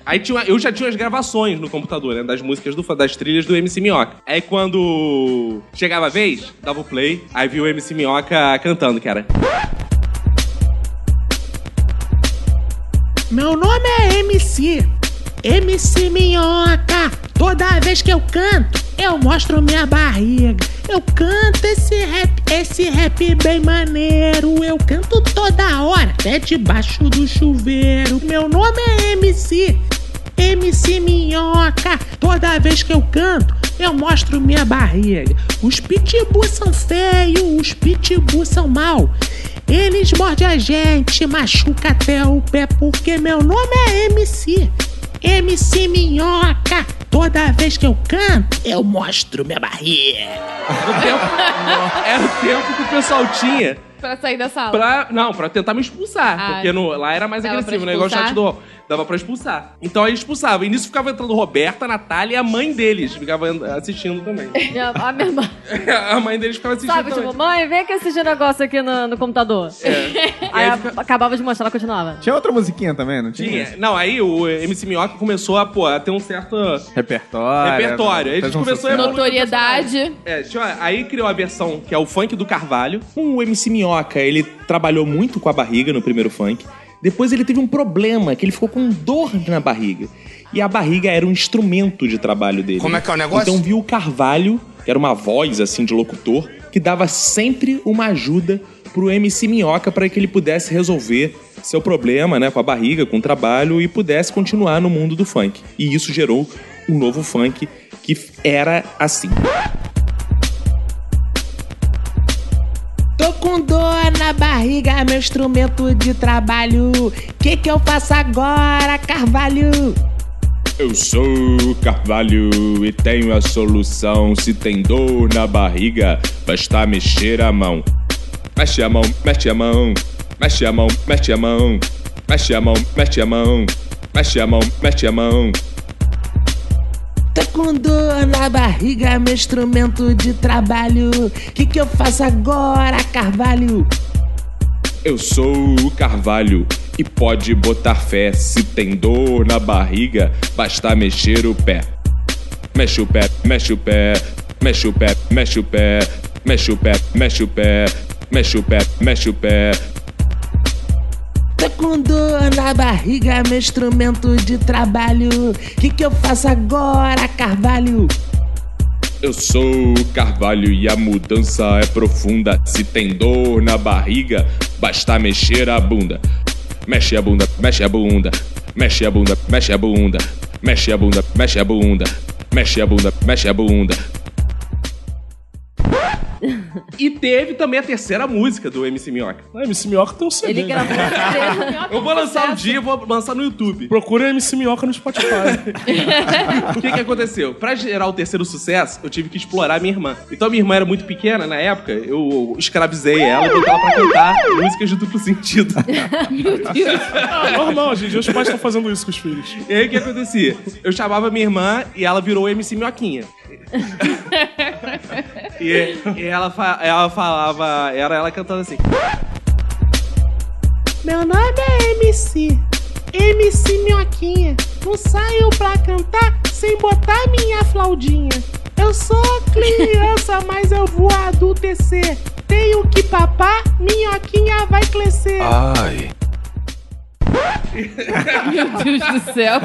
Speaker 1: Aí tinha, uma- eu já tinha as gravações no computador, né? Das músicas, do, das trilhas do MC Minhoca. Aí quando chegava a vez, dava o play, aí via o MC Minhoca cantando, que era...
Speaker 13: Meu nome é MC. MC Minhoca. Toda vez que eu canto, eu mostro minha barriga. Eu canto esse rap, esse rap bem maneiro. Eu canto toda hora, até debaixo do chuveiro. Meu nome é MC. MC Minhoca. Toda vez que eu canto, eu mostro minha barriga. Os pitbulls são feios, os pitbulls são mal. Eles mordem a gente, machuca até o pé, porque meu nome é MC. MC Minhoca. Toda vez que eu canto, eu mostro minha barriga.
Speaker 1: Era o tempo que o pessoal tinha
Speaker 3: Pra sair da sala.
Speaker 1: pra. Não, pra tentar me expulsar.
Speaker 3: Ah,
Speaker 1: porque no- lá era mais
Speaker 3: dava
Speaker 1: agressivo,
Speaker 3: pra
Speaker 1: né? Igual o
Speaker 3: expulsar?
Speaker 1: chat do UOL. Dava pra expulsar. Então aí expulsava. E nisso ficava entrando Roberta, Natália e a mãe deles. Ficava and- assistindo também.
Speaker 4: Minha- a minha mãe.
Speaker 1: a mãe deles ficava assistindo
Speaker 4: Sabe,
Speaker 1: também.
Speaker 4: tipo, mãe, vem aqui assistir negócio aqui no, no computador.
Speaker 6: É.
Speaker 4: Aí
Speaker 3: é,
Speaker 4: a- acabava de mostrar, ela continuava.
Speaker 5: Tinha outra musiquinha também, não tinha?
Speaker 1: Tinha. é, Não, aí o MC Minhoca começou a, pô, a ter um certo
Speaker 5: Repertório.
Speaker 1: repertório. Aí a
Speaker 5: fez
Speaker 1: gente
Speaker 5: um
Speaker 1: começou a evoluir.
Speaker 3: Notoriedade.
Speaker 1: É, tinha uma- aí criou a versão que é o funk do Carvalho. Com o MC Minhoca, ele trabalhou muito com a barriga no primeiro funk. Depois ele teve um problema, que ele ficou com dor na barriga. E a barriga era um instrumento de trabalho dele.
Speaker 11: Como é que é o negócio?
Speaker 1: Então viu o Carvalho, que era uma voz assim de locutor, que dava sempre uma ajuda pro MC Minhoca para que ele pudesse resolver seu problema, né, com a barriga, com o trabalho e pudesse continuar no mundo do funk. E isso gerou um novo funk que era assim.
Speaker 13: Tô com dor na barriga, meu instrumento de trabalho. Que que eu faço agora, Carvalho?
Speaker 14: Eu sou o Carvalho e tenho a solução. Se tem dor na barriga, basta mexer a mão. Mexe a mão, mexe a mão. Mexe a mão, mexe a mão. Mexe a mão, mexe a mão. Mexe a mão, mexe a mão.
Speaker 13: Tô com dor na barriga, meu instrumento de trabalho. Que que eu faço agora, Carvalho?
Speaker 14: Eu sou o Carvalho e pode botar fé. Se tem dor na barriga, basta mexer o pé. Mexe o pé, mexe o pé, mexe o pé, mexe o pé, mexe o pé, mexe o pé, mexe o pé, mexe o pé.
Speaker 13: Tô com dor na barriga, meu instrumento de trabalho. Que que eu faço agora, Carvalho?
Speaker 14: Eu sou o Carvalho e a mudança é profunda. Se tem dor na barriga, basta mexer a bunda. Mexe a bunda, mexe a bunda, mexe a bunda, mexe a bunda, mexe a bunda, mexe a bunda, mexe a bunda, mexe a bunda.
Speaker 1: E teve também a terceira música do MC Minhoca.
Speaker 6: Ah, MC Minhoca tem um CD.
Speaker 1: Ele gravou Eu vou lançar um dia, vou lançar no YouTube.
Speaker 6: Procura MC Minhoca no Spotify.
Speaker 1: o que, que aconteceu? Pra gerar o terceiro sucesso, eu tive que explorar minha irmã. Então minha irmã era muito pequena na época, eu escravizei ela e botava pra cantar músicas de duplo sentido.
Speaker 6: ah, normal, hoje em dia os pais estão fazendo isso com os filhos.
Speaker 1: E aí o que acontecia? Eu chamava minha irmã e ela virou MC Minhoquinha. e e ela, fa- ela falava, era ela cantando assim.
Speaker 13: Meu nome é MC, MC Minhoquinha. Não saio pra cantar sem botar minha flaudinha. Eu sou criança, mas eu vou adultecer. Tenho que papar, minhoquinha vai crescer.
Speaker 2: Ai.
Speaker 3: Meu Deus do céu.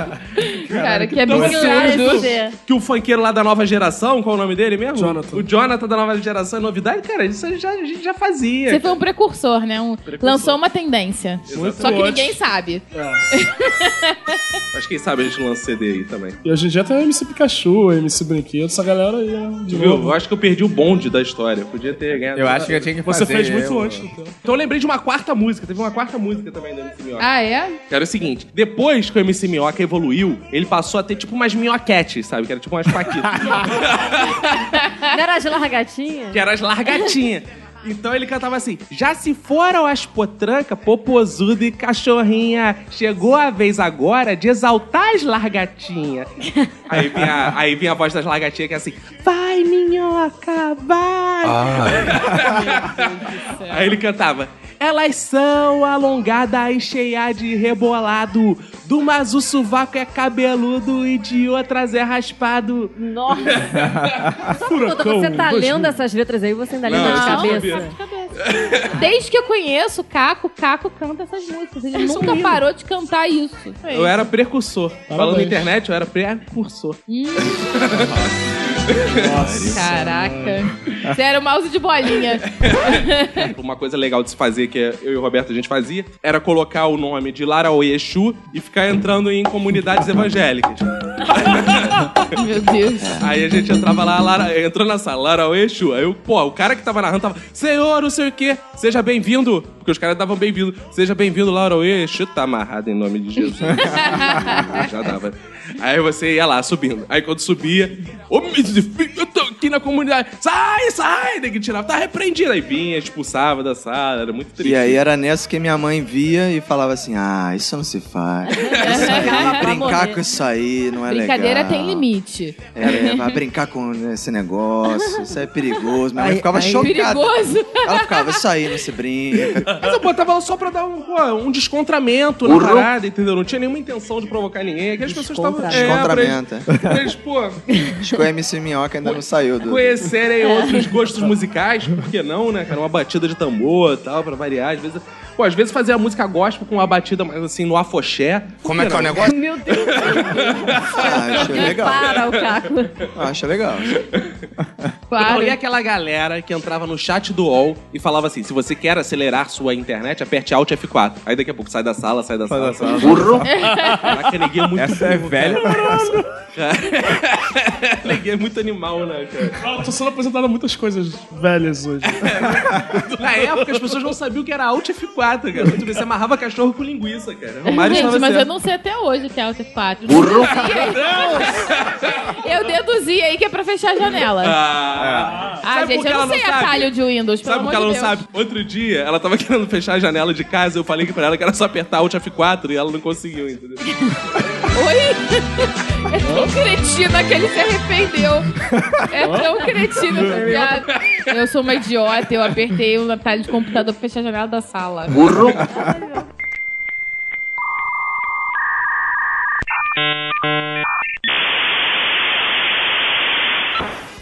Speaker 3: Cara, que
Speaker 1: Então,
Speaker 3: absurdo.
Speaker 1: Que o funkeiro lá da nova geração, qual é o nome dele mesmo? O Jonathan da nova geração é novidade? Cara, isso a gente já, a gente já fazia.
Speaker 3: Você foi um precursor, É. né? Um- Lançou uma tendência.
Speaker 1: Exatamente.
Speaker 3: Só que ninguém sabe.
Speaker 1: Mas quem sabe a gente lança CD aí também.
Speaker 6: E hoje em dia tem o MC Pikachu, MC Brinquedo, essa galera aí, né? De
Speaker 1: Viu?
Speaker 6: novo.
Speaker 1: Eu acho que eu perdi o bonde da história. Podia ter ganhado.
Speaker 5: Eu acho que eu tinha que Você fazer, fez muito eu- antes,
Speaker 6: né?
Speaker 1: Então eu lembrei de uma quarta música. Teve uma quarta música também da MC Minhoca.
Speaker 3: Ah, é?
Speaker 1: Que era o seguinte. Depois que o MC Minhoca evoluiu, ele passou a ter tipo umas minhoquetes, sabe? Que era tipo umas paquitas.
Speaker 4: Não era as largatinhas?
Speaker 1: que eram as largatinhas. Então ele cantava assim: Já se foram as potranca, popozuda e cachorrinha, chegou a vez agora de exaltar as largatinhas. aí, vinha, aí vinha a voz das largatinhas que é assim.
Speaker 13: Vai, minhoca, vai.
Speaker 1: Aí ele cantava.
Speaker 13: Elas são alongadas e cheias de rebolado. Do mas o sovaco é cabeludo e de outras é raspado.
Speaker 6: é
Speaker 4: Nossa! Só um minuto, você tá lendo essas letras aí, você ainda lembra de cabeça.
Speaker 3: Desde que eu conheço o Caco, o Caco canta essas músicas. Ele
Speaker 1: Elas são
Speaker 3: nunca
Speaker 1: lindas.
Speaker 3: parou de cantar isso.
Speaker 1: Eu era precursor. Falando na
Speaker 3: Parabéns.
Speaker 1: internet, eu era precursor.
Speaker 3: Caraca. Você era o mouse de bolinha.
Speaker 1: Tipo, Uma coisa legal de se fazer, que eu e o Roberto a gente fazia, era colocar o nome de Lara Oexu e ficar entrando em comunidades evangélicas.
Speaker 3: Meu Deus.
Speaker 1: Aí a gente entrava lá, Lara, entrou na sala, Lara Oexu. Aí, eu, pô, o cara que tava narrando tava, senhor, não sei o quê, seja bem-vindo. Porque os caras davam bem-vindo. Seja bem-vindo, Lara Oexu. Tá amarrado em nome de Jesus. Já dava. Aí você ia lá, subindo. Aí quando subia, ô, eu tô aqui na comunidade. Sai, sai! Tem que tirar. Tá repreendido. Aí vinha, expulsava da sala. Era muito triste.
Speaker 2: E aí era nessa que minha mãe via e falava assim: ah, isso não se faz. Brincar com isso aí não é
Speaker 3: Ah, Brincadeira
Speaker 2: legal.
Speaker 3: tem limite.
Speaker 2: É, vai brincar com esse negócio, isso é perigoso. Minha mãe
Speaker 3: Aí-
Speaker 2: ficava
Speaker 3: aí-
Speaker 2: chocada.
Speaker 3: Perigoso?
Speaker 2: Ela ficava, isso aí não se brinca.
Speaker 1: Mas eu botava lá só pra dar um, pô, um descontramento na
Speaker 2: Uhum.
Speaker 1: parada, entendeu? Não tinha nenhuma intenção de provocar ninguém. Aquelas pessoas estavam.
Speaker 2: Descontramento.
Speaker 1: É, pra eles- pra eles, pô,
Speaker 2: Acho que o MC Minhoca ainda não saiu do.
Speaker 1: conhecerem outros gostos musicais, por que não, né, cara? Uma batida de tambor e tal, pra variar. Às vezes, pô, às vezes fazer a música gospel com uma batida mais assim, no afoxé.
Speaker 2: Como é que é o negócio? Meu
Speaker 1: Deus!
Speaker 2: Ah,
Speaker 4: É,
Speaker 6: É
Speaker 2: acho legal.
Speaker 1: Para, o Caco.
Speaker 2: Ah, acho legal.
Speaker 1: Não, e aquela galera que entrava no chat do UOL e falava assim: se você quer acelerar sua internet, aperte Alt F4. Aí daqui a pouco sai da sala, sai da sala. sai da sala.
Speaker 5: Burro.
Speaker 1: Caraca, ninguém é muito
Speaker 5: Essa é velha
Speaker 1: Neguinho é muito animal, né, cara?
Speaker 6: Eu Ah, tô sendo apresentado a muitas coisas velhas hoje.
Speaker 1: Na época, as pessoas não sabiam o que era Alt F4, cara. Tu vê, Você amarrava cachorro com linguiça, cara. O Mário
Speaker 3: É, Gente,
Speaker 1: estava
Speaker 3: mas eu
Speaker 1: certo.
Speaker 3: não sei até hoje o que é Alt F4.
Speaker 1: Burro.
Speaker 3: Eu deduzi aí que é pra fechar a janela.
Speaker 1: Ah,
Speaker 3: Ah,
Speaker 1: Sabe por
Speaker 3: gente,
Speaker 1: que
Speaker 3: eu
Speaker 1: ela
Speaker 3: não sei
Speaker 1: sabe?
Speaker 3: atalho de Windows, pelo
Speaker 1: Sabe o
Speaker 3: amor
Speaker 1: que ela
Speaker 3: de
Speaker 1: não
Speaker 3: Deus.
Speaker 1: sabe? Outro dia, ela tava querendo fechar a janela de casa, eu falei que pra ela que era só apertar Alt F4 e ela não conseguiu, entendeu?
Speaker 3: Oi? É tão cretina que ele se arrependeu. É tão cretino. essa piada. Eu sou uma idiota, eu apertei o atalho de computador pra fechar a janela da sala.
Speaker 13: Burro.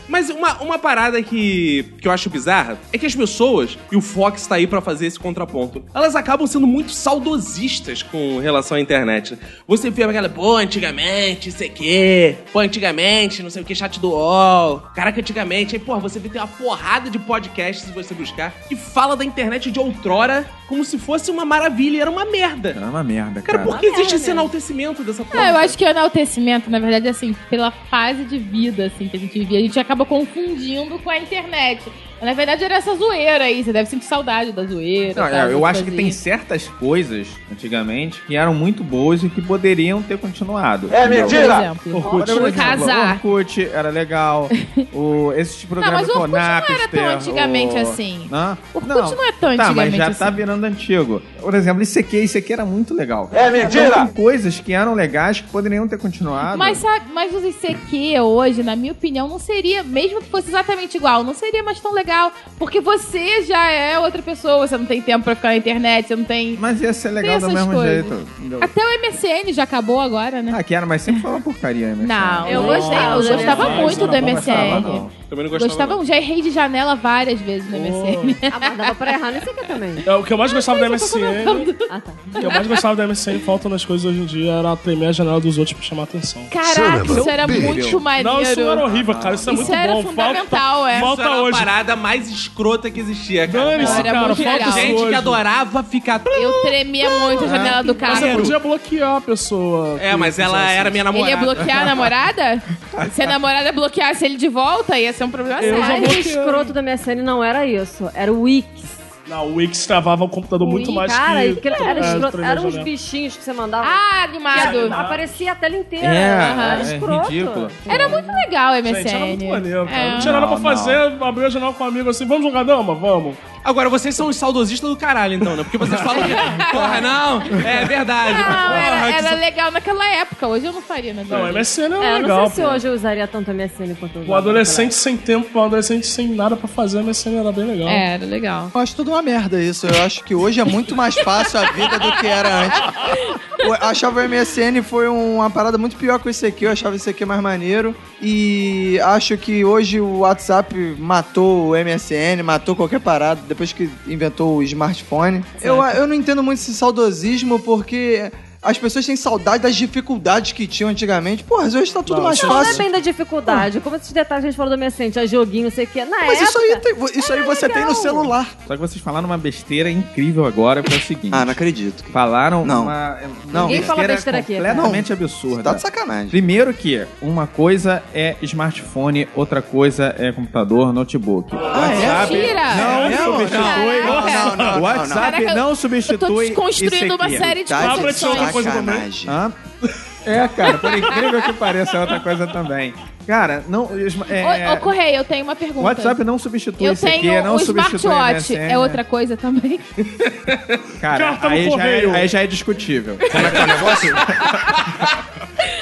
Speaker 1: Mas uma, uma parada que, que eu acho bizarra é que as pessoas, e o Fox tá aí pra fazer esse contraponto, elas acabam sendo muito saudosistas com relação à internet. né? Você vê aquela, pô, antigamente, sei que, pô, antigamente, não sei o que, chat do UOL, caraca, antigamente, aí, pô, você vê tem uma porrada de podcasts, se você buscar, que fala da internet de outrora como se fosse uma maravilha, e era uma merda. Era
Speaker 5: é uma merda,
Speaker 1: cara. por que existe esse enaltecimento dessa porra?
Speaker 3: Ah, eu acho que o enaltecimento, na verdade, é assim, pela fase de vida assim, que a gente vivia, a gente acaba confundindo com a internet. Na verdade, era essa zoeira aí. Você deve sentir saudade da zoeira. tá,
Speaker 5: Não,
Speaker 3: tal,
Speaker 5: é, eu
Speaker 3: essas
Speaker 5: acho que tem
Speaker 3: coisinhas.
Speaker 5: certas coisas, antigamente, que eram muito boas e que poderiam ter continuado.
Speaker 13: É
Speaker 5: Entendeu?
Speaker 13: mentira!
Speaker 5: Por exemplo,
Speaker 13: Orkut.
Speaker 5: Por exemplo,
Speaker 3: Casar.
Speaker 5: o Orkut era legal. o, tipo esses programas
Speaker 3: mas o Orkut não
Speaker 5: Conapster,
Speaker 3: era tão antigamente
Speaker 5: o-
Speaker 3: assim.
Speaker 5: Hã?
Speaker 3: Orkut não é tão
Speaker 5: Tá, mas
Speaker 3: antigamente
Speaker 5: já
Speaker 3: assim.
Speaker 5: tá virando antigo. Por exemplo, isso aqui, isso aqui era muito legal.
Speaker 13: É mentira!
Speaker 5: Então, tem coisas que eram legais que poderiam ter continuado.
Speaker 3: Mas sabe, mas o ICQ hoje, na minha opinião, não seria, mesmo que fosse exatamente igual, não seria mais tão legal. Porque você já é outra pessoa, você não tem tempo pra ficar na internet, você não tem.
Speaker 5: Mas ia ser legal do mesmo jeito. entendeu?
Speaker 3: Até o MSN já acabou agora, né?
Speaker 5: Ah, que era, mas sempre foi uma porcaria, né?
Speaker 3: Não, eu
Speaker 5: Não,
Speaker 3: gostei, eu
Speaker 5: não,
Speaker 3: gostava
Speaker 5: não,
Speaker 3: muito
Speaker 5: não,
Speaker 3: do
Speaker 5: não gostava,
Speaker 3: MSN.
Speaker 5: não.
Speaker 1: Também não
Speaker 3: Gostava, já errei de janela várias vezes no MSN.
Speaker 4: Ah, mas dava pra errar nesse aqui também.
Speaker 6: É, o que eu mais gostava da MSN.
Speaker 4: Ah, tá.
Speaker 6: O que eu mais gostava da MSN falta nas coisas hoje em dia era tremer a janela dos outros pra chamar atenção.
Speaker 3: Caraca, isso Isso era era muito horrível. maneiro.
Speaker 6: Não, isso não era horrível, cara. Isso é
Speaker 3: Isso
Speaker 6: muito
Speaker 3: era
Speaker 6: bom.
Speaker 3: fundamental,
Speaker 6: falta,
Speaker 3: é.
Speaker 6: Falta
Speaker 1: Isso era
Speaker 6: hoje.
Speaker 1: a parada mais escrota que existia, cara.
Speaker 6: Dane-se, Não, era cara, muito
Speaker 3: é
Speaker 6: falta legal. isso
Speaker 1: gente que
Speaker 6: hoje.
Speaker 1: adorava ficar...
Speaker 3: Eu tremia muito a janela do carro.
Speaker 6: Você podia bloquear a pessoa.
Speaker 1: É, mas ela era minha namorada.
Speaker 3: Ele ia bloquear a namorada? Se a namorada bloqueasse ele de volta, ia ser um problema sério.
Speaker 4: O escroto da MSN não era isso. Era o Wix.
Speaker 6: Não, o Wix travava o computador muito mais
Speaker 4: Cara,
Speaker 6: que...
Speaker 4: aquilo era um
Speaker 6: É,
Speaker 4: escroto.
Speaker 6: tremer a
Speaker 4: Eram uns
Speaker 6: janela.
Speaker 4: bichinhos que você mandava.
Speaker 3: Ah, animado.
Speaker 4: E a- Aparecia a tela inteira.
Speaker 6: É,
Speaker 4: era
Speaker 6: é
Speaker 4: escroto.
Speaker 6: ridículo.
Speaker 3: Era muito legal o MSN.
Speaker 6: Gente, era muito maneiro, cara.
Speaker 3: É.
Speaker 6: Não tinha nada pra
Speaker 1: Não,
Speaker 6: fazer, abriu a janela com um amigo assim, vamos jogar dama? Vamos.
Speaker 1: Agora, vocês são os saudosistas do caralho, então, né? Porque vocês falam que... Porra, não, é verdade.
Speaker 3: Não,
Speaker 1: Porra,
Speaker 3: era,
Speaker 1: que
Speaker 3: era
Speaker 1: sa-
Speaker 3: legal naquela época. Hoje eu não faria, na verdade.
Speaker 4: é, Eu não sei se hoje eu usaria tanto MSN quanto eu
Speaker 6: Um
Speaker 4: usava
Speaker 6: adolescente sem tempo, um adolescente sem nada pra fazer, a MSN era bem legal.
Speaker 3: É, era legal.
Speaker 2: Eu acho tudo uma merda isso. Eu acho que hoje é muito mais fácil a vida do que era antes. Eu achava o MSN foi um, uma parada muito pior que esse aqui. Eu achava esse aqui mais maneiro. E acho que hoje o WhatsApp matou o MSN, matou qualquer parada, depois que inventou o smartphone. Eu, eu não entendo muito esse saudosismo, porque... As pessoas têm saudade das dificuldades que tinham antigamente. Porra, hoje tá tudo mais
Speaker 4: não,
Speaker 2: fácil.
Speaker 4: Não é bem da dificuldade. Como esses detalhes que a gente falou do Messente, a joguinho, não sei o quê. Na
Speaker 2: Mas
Speaker 4: época,
Speaker 2: isso aí, tem- isso aí
Speaker 4: é
Speaker 2: você tem no celular.
Speaker 5: Só que vocês falaram uma besteira incrível agora, que é o seguinte. Ah, não
Speaker 2: acredito.
Speaker 5: Falaram
Speaker 2: Não.
Speaker 5: uma
Speaker 2: Não. Ninguém fala besteira aqui, cara.
Speaker 5: completamente absurda.
Speaker 2: Tá de sacanagem.
Speaker 5: Primeiro que uma coisa é smartphone, outra coisa é computador, notebook.
Speaker 2: Ah, é?
Speaker 5: WhatsApp
Speaker 9: Mentira!
Speaker 5: não
Speaker 9: É,
Speaker 5: substitui.
Speaker 9: Não, não, não, não.
Speaker 5: WhatsApp
Speaker 9: Caraca, eu-
Speaker 5: não
Speaker 9: eu tô
Speaker 5: substitui.
Speaker 9: desconstruindo
Speaker 5: isso aqui.
Speaker 9: uma série de Tá de coisas.
Speaker 2: sacanagem.
Speaker 5: Hã? É, cara, por incrível que pareça, é outra coisa também. Cara, não. É,
Speaker 3: Ô, ô, Correia, eu tenho uma pergunta.
Speaker 5: WhatsApp não substitui
Speaker 3: Eu
Speaker 5: isso aqui, é
Speaker 3: tenho
Speaker 5: não
Speaker 3: o
Speaker 5: substitui
Speaker 3: smartwatch.
Speaker 5: MSN,
Speaker 3: É outra coisa também.
Speaker 5: né? Cara,
Speaker 6: Carta no
Speaker 5: aí já, é,
Speaker 6: correio.
Speaker 5: aí já é discutível. Como é que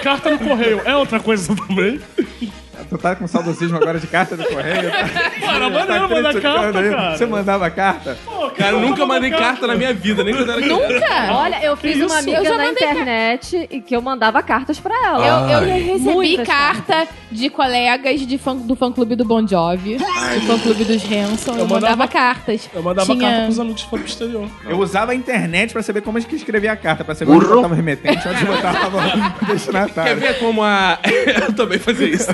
Speaker 6: Carta no correio é outra coisa também?
Speaker 5: Tu tá com saudosismo agora de carta do correio?
Speaker 1: Tá
Speaker 5: tá
Speaker 6: Cara, maneiro mandar
Speaker 5: criticando
Speaker 6: carta,
Speaker 5: aí.
Speaker 6: cara.
Speaker 5: Você mandava carta?
Speaker 1: Cara, eu nunca mandei carta na minha vida, nem quando era criança.
Speaker 4: Nunca? Olha, eu fiz
Speaker 3: Que
Speaker 4: uma
Speaker 3: isso?
Speaker 4: amiga
Speaker 3: Eu já
Speaker 4: na
Speaker 3: mandei car-
Speaker 4: internet e que eu mandava cartas pra ela.
Speaker 3: Eu, eu recebi
Speaker 4: Muitas
Speaker 3: carta de colegas de fã- do fã-clube do Bon Jovi, do fã-clube dos Hanson. Eu, mandava, cartas.
Speaker 5: Eu
Speaker 3: mandava Tinha- carta pros
Speaker 5: amigos que foram pro exterior. Eu usava a internet pra saber como é que escrevia a carta, pra saber onde botava remetente, onde botava o
Speaker 1: Quer
Speaker 5: destinatário.
Speaker 1: ver como a. eu também fazia isso.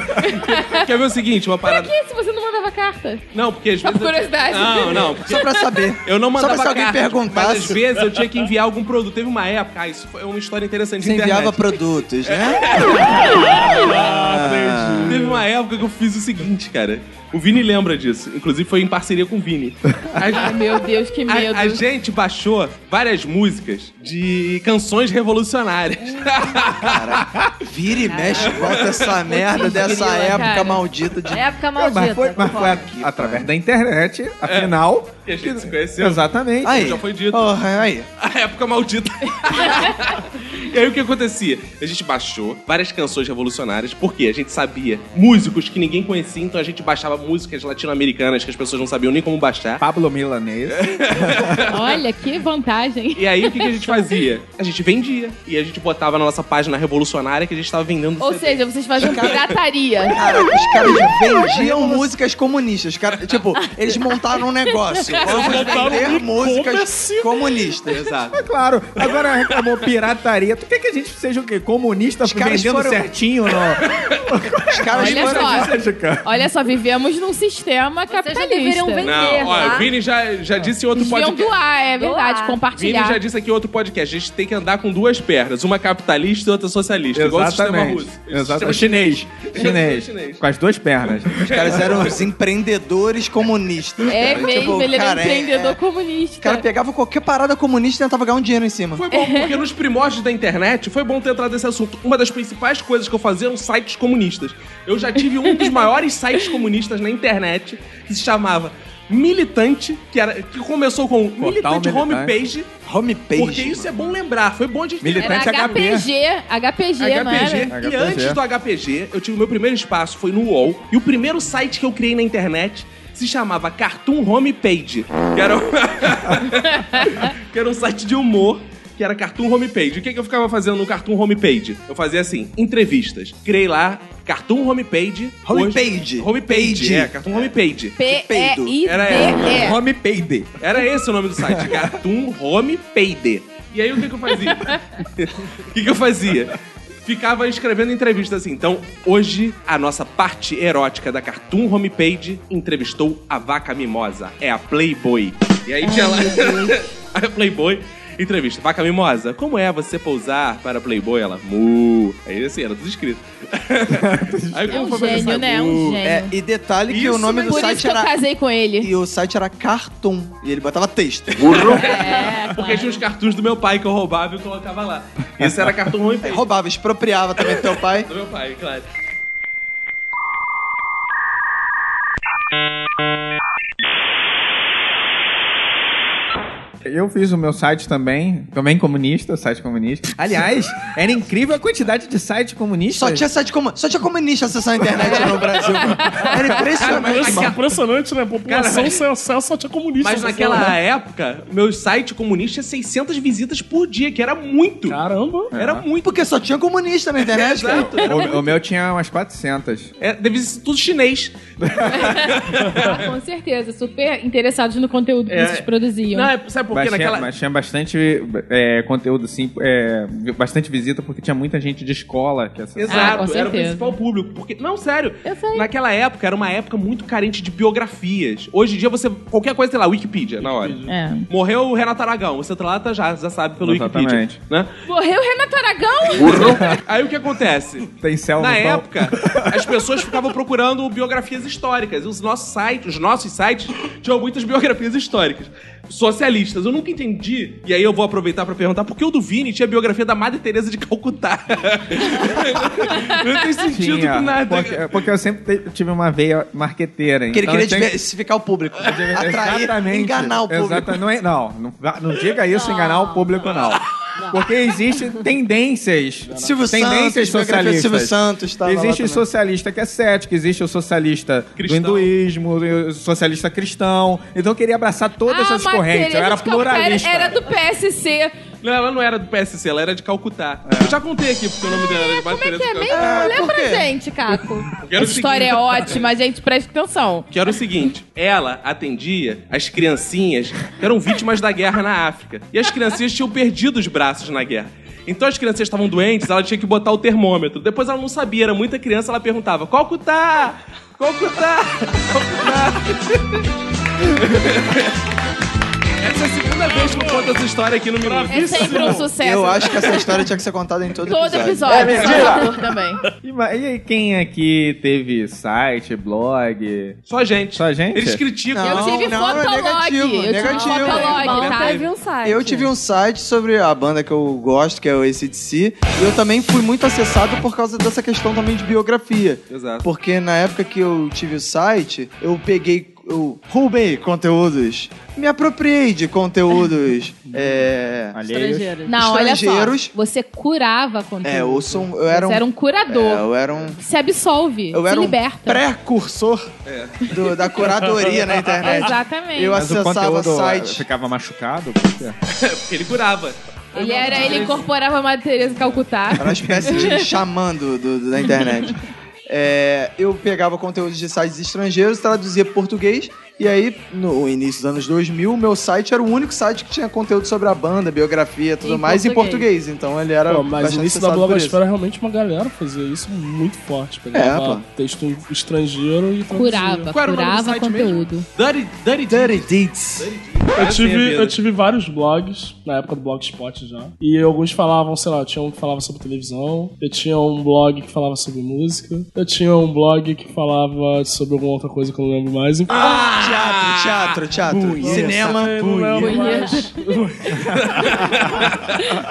Speaker 1: Quer ver o seguinte, uma
Speaker 3: Pra
Speaker 1: parada.
Speaker 3: que se você não mandava carta?
Speaker 1: Não, porque às
Speaker 3: Só
Speaker 1: vezes.
Speaker 3: por curiosidade.
Speaker 1: Não, não. porque-
Speaker 3: Só pra saber.
Speaker 1: Eu não
Speaker 2: Só pra
Speaker 1: mandava
Speaker 2: se alguém
Speaker 1: carta,
Speaker 2: perguntasse.
Speaker 1: Mas às vezes eu tinha que enviar algum produto. Teve uma época, ah, isso foi uma história interessante.
Speaker 2: Você
Speaker 1: de internet.
Speaker 2: enviava produtos, né?
Speaker 1: Ah, Teve uma época que eu fiz o seguinte, cara. O Vini lembra disso. Inclusive foi em parceria com o Vini.
Speaker 3: Ai, meu Deus, que medo.
Speaker 1: A, a gente baixou várias músicas de canções revolucionárias.
Speaker 2: Vira e mexe, volta essa merda dessa
Speaker 5: grila,
Speaker 2: época
Speaker 5: cara.
Speaker 2: maldita de.
Speaker 4: Época
Speaker 5: maldita. Mas foi, mas foi a- através da internet, afinal.
Speaker 1: Que a gente se
Speaker 2: É.
Speaker 1: conheceu.
Speaker 5: Exatamente.
Speaker 1: Aí. Já foi dito.
Speaker 2: Porra, aí.
Speaker 1: A época maldita. e aí o que acontecia? A gente baixou várias canções revolucionárias, porque a gente sabia músicos que ninguém conhecia, então a gente baixava músicas latino-americanas que as pessoas não sabiam nem como baixar.
Speaker 5: Pablo Milanês.
Speaker 3: Olha, que vantagem.
Speaker 1: E aí, o que, que a gente fazia? A gente vendia. E a gente botava na nossa página revolucionária que a gente tava vendendo.
Speaker 3: Ou seja, vocês faziam pirataria.
Speaker 2: Cara, os caras vendiam músicas comunistas. Cara, tipo, eles montaram um negócio. Vamos
Speaker 5: Montaram
Speaker 2: vender
Speaker 5: um
Speaker 2: músicas comunistas. Exato.
Speaker 5: É claro, agora reclamou pirataria. Tu quer que a gente seja o quê? Comunista
Speaker 2: caras
Speaker 5: vendendo
Speaker 2: foram-
Speaker 5: certinho? No...
Speaker 2: Os caras
Speaker 3: Olha
Speaker 2: foram
Speaker 3: só.
Speaker 2: disso.
Speaker 3: Olha só, vivemos num sistema
Speaker 4: já
Speaker 3: capitalista.
Speaker 4: deveriam vender,
Speaker 1: Não, olha, o Vini já, já disse em outro
Speaker 3: Deviam
Speaker 1: podcast.
Speaker 3: doar, é verdade, compartilhar.
Speaker 1: Vini já disse aqui em outro podcast. A gente tem que andar com duas pernas, uma capitalista e outra socialista. Igual o sistema
Speaker 5: Exatamente.
Speaker 1: russo.
Speaker 5: Exatamente.
Speaker 1: Sistema
Speaker 5: Chinês. Chinês. Com as duas pernas.
Speaker 2: Os caras eram os empreendedores comunistas.
Speaker 3: É
Speaker 2: cara.
Speaker 3: mesmo, ele era
Speaker 2: cara, é-
Speaker 3: empreendedor
Speaker 2: O
Speaker 3: comunista.
Speaker 2: cara pegava qualquer parada comunista e tentava ganhar um dinheiro em cima.
Speaker 1: Foi bom, é. porque nos primórdios da internet foi bom ter entrado nesse assunto. Uma das principais coisas que eu fazia eram sites comunistas. Eu já tive um dos maiores sites comunistas na internet, que se chamava Militante, que, era, que começou com
Speaker 5: Militante.
Speaker 1: Militante Homepage.
Speaker 2: Homepage.
Speaker 1: Porque isso é bom lembrar, foi bom de
Speaker 3: era HPG, HPG, não era?
Speaker 1: E antes do HPG, eu tive o meu primeiro espaço, foi no UOL. E o primeiro site que eu criei na internet se chamava Cartoon Homepage. Que era, um- que era um site de humor. Que era Cartoon Homepage. O que, que eu ficava fazendo no Cartoon Homepage? Eu fazia assim, entrevistas. Criei lá, Cartoon Homepage. Homepage. Homepage, é, Cartoom Homepage.
Speaker 3: P-E-I-D-E.
Speaker 1: Era esse. Homepage. Era esse o nome do site, Cartoon Homepage. E aí o que, que eu fazia? O que, que eu fazia? Ficava escrevendo entrevista assim. Então, hoje, a nossa parte erótica da Cartoon Homepage entrevistou a vaca mimosa. É a Playboy. E aí tinha lá. Aí a Playboy. Entrevista, vaca mimosa, como é você pousar para Playboy? Ela, mu. Aí assim, era tudo escrito. Aí,
Speaker 3: É um
Speaker 1: foi fazer
Speaker 3: gênio,
Speaker 1: essa-
Speaker 3: né? É um
Speaker 1: mu?
Speaker 3: gênio.
Speaker 2: É, e detalhe que
Speaker 1: Isso,
Speaker 2: o nome do
Speaker 3: Por
Speaker 2: site
Speaker 3: isso que eu
Speaker 2: era.
Speaker 3: casei com ele.
Speaker 2: E o site era Cartoon. E ele botava texto.
Speaker 3: É,
Speaker 1: Porque tipo- tinha os cartuns do meu pai que eu roubava e colocava lá. Esse era cartão ruim.
Speaker 2: É, Roubava, expropriava também do teu pai.
Speaker 1: Do meu pai, claro.
Speaker 5: Eu fiz o meu site também, também comunista, site comunista. Aliás, era incrível a quantidade de sites comunistas.
Speaker 2: Só tinha site comun... Só tinha comunista acessando a internet no Brasil. Era
Speaker 6: Cara,
Speaker 2: impressionante.
Speaker 6: mas é impressionante, né? População
Speaker 1: Cara, mas-
Speaker 6: sem acesso só tinha comunista.
Speaker 1: Mas
Speaker 6: acessando,
Speaker 1: naquela
Speaker 6: né?
Speaker 1: época, meu site comunista tinha 600 visitas por dia, que era muito.
Speaker 6: Caramba. É.
Speaker 1: Era muito.
Speaker 2: Porque só tinha comunista na internet, cara.
Speaker 1: É, Exato. Era muito.
Speaker 5: O, o meu tinha umas 400.
Speaker 1: É, deve ser tudo chinês.
Speaker 3: Ah, Com certeza, super interessados no conteúdo que
Speaker 5: É.
Speaker 3: vocês produziam.
Speaker 6: um
Speaker 1: Não, é- sabe por quê?
Speaker 5: Mas tinha,
Speaker 1: Naquela...
Speaker 5: mas tinha bastante é, conteúdo, sim, é, bastante visita, porque tinha muita gente de escola que acessava.
Speaker 6: Ah,
Speaker 1: Exato, era o principal público. Porque, não, sério. Naquela época, era uma época muito carente de biografias. Hoje em dia, você. Qualquer coisa, sei lá, Wikipedia, na hora.
Speaker 3: É.
Speaker 1: Morreu o Renato Aragão, você tá lá, tá já, já sabe pelo
Speaker 5: Exatamente.
Speaker 1: Wikipedia. Né?
Speaker 3: Morreu o Renato Aragão?
Speaker 1: Aí o que acontece?
Speaker 5: Tem céu
Speaker 1: Na
Speaker 5: no pau.
Speaker 1: época, as pessoas ficavam procurando biografias históricas. E os nossos sites, os nossos sites tinham muitas biografias históricas. Socialistas, eu nunca entendi, e aí eu vou aproveitar pra perguntar, por que o do Vini tinha a biografia da Madre Teresa de Calcutá? não tem sentido
Speaker 5: Tinha,
Speaker 1: com nada.
Speaker 5: Porque, porque eu sempre te- tive uma veia marqueteira.
Speaker 2: Porque ele
Speaker 5: então
Speaker 2: queria
Speaker 5: eu tenho-
Speaker 2: diversificar o público. Atrair, enganar o público.
Speaker 5: Exata- Não, é- não, não, vá- não diga isso, enganar o público, não. Porque existem tendências.
Speaker 2: Silvio Santos,
Speaker 5: tendências
Speaker 2: biografia do
Speaker 5: socialistas.
Speaker 2: Silvio Santos, tava lá
Speaker 5: Existe o
Speaker 2: também.
Speaker 5: socialista que é cético, existe o socialista do hinduísmo, o socialista cristão. Então eu queria açar todas essas
Speaker 3: Maria
Speaker 5: correntes. Eu
Speaker 3: Tereza
Speaker 5: era
Speaker 3: de Calcutá
Speaker 5: pluralista.
Speaker 3: é Era do PSC.
Speaker 1: Não, ela não era do PSC, ela era de Calcutá. Eu já contei aqui porque o nome dela era de
Speaker 3: Como
Speaker 1: Madre
Speaker 3: é
Speaker 1: Teresa
Speaker 3: que é
Speaker 1: de
Speaker 3: mesmo?
Speaker 1: Calcutá.
Speaker 3: Lê pra gente, Caco.
Speaker 1: Quero
Speaker 3: Essa história
Speaker 1: seguir.
Speaker 3: é ótima, gente, presta atenção.
Speaker 1: Que era o seguinte, ela atendia as criancinhas que eram vítimas da guerra na África. E as criancinhas tinham perdido os braços na guerra. Então as crianças estavam doentes, ela tinha que botar o termômetro. Depois ela não sabia, era muita criança, ela perguntava: "Qual que tá? Qual que tá? Qual que tá?" Essa é a segunda vez que eu conto essa história aqui no Minuto.
Speaker 3: É sempre um sucesso.
Speaker 2: Eu acho que essa história tinha que ser contada em todo,
Speaker 3: Todo
Speaker 2: É,
Speaker 3: episódio, por favor, também.
Speaker 5: E, ma- e aí, quem aqui teve site, blog?
Speaker 1: Só gente.
Speaker 5: Só gente?
Speaker 1: Eles criticam.
Speaker 3: Eu tive
Speaker 2: é
Speaker 3: fotolog. eu tive fotolog,
Speaker 4: Bom,
Speaker 3: tá?
Speaker 4: teve um site.
Speaker 2: Eu tive um site sobre a banda que eu gosto, que é o ACDC, e eu também fui muito acessado por causa dessa questão também de biografia.
Speaker 1: Exato.
Speaker 2: Porque na época que eu tive o site, eu peguei, eu roubei conteúdos, me apropriei de conteúdos é,
Speaker 3: Estrangeiros. Não, olha
Speaker 2: Estrangeiros.
Speaker 3: só. Você curava conteúdo.
Speaker 2: É, eu sou um- eu era
Speaker 3: Você
Speaker 2: um-
Speaker 3: era um curador.
Speaker 2: É, eu era um
Speaker 3: Se absolve,
Speaker 2: eu
Speaker 3: se
Speaker 2: era um
Speaker 3: liberta.
Speaker 2: precursor do- da curadoria na internet.
Speaker 3: É, Exatamente.
Speaker 2: Eu
Speaker 5: Mas o
Speaker 2: acessava
Speaker 5: conteúdo,
Speaker 2: site.
Speaker 5: eh, Ficava machucado? Por quê?
Speaker 1: Porque ele curava.
Speaker 3: Ele era, ele incorporava a Madre Teresa de Calcutá.
Speaker 2: Era um uma espécie de xamã do- do- do- da internet. É, eu pegava conteúdos de sites estrangeiros, traduzia para português, e aí, no início dos anos 2000, o meu site era o único site que tinha conteúdo sobre a banda, biografia tudo
Speaker 3: Em
Speaker 2: mais,
Speaker 3: português.
Speaker 2: em português. Então ele era
Speaker 6: Pô, mas
Speaker 2: bastante
Speaker 6: no início da
Speaker 2: acessado por isso.
Speaker 6: blogosfera, realmente uma galera fazia isso muito forte. Pegava
Speaker 2: pô.
Speaker 6: texto estrangeiro e
Speaker 3: Curava,
Speaker 6: traduzia.
Speaker 3: curava conteúdo.
Speaker 1: Dirty, dirty,
Speaker 2: dirty Deeds.
Speaker 6: Eu tive, eu tive vários blogs, na época do Blogspot já. E alguns falavam, sei lá, tinha um que falava sobre televisão, eu tinha um blog que falava sobre música, eu tinha um blog que falava sobre alguma outra coisa que eu não lembro mais. Enfim,
Speaker 2: Ah, Teatro, teatro, teatro.
Speaker 6: Punheta.
Speaker 2: Cinema.
Speaker 6: eu não lembro mais.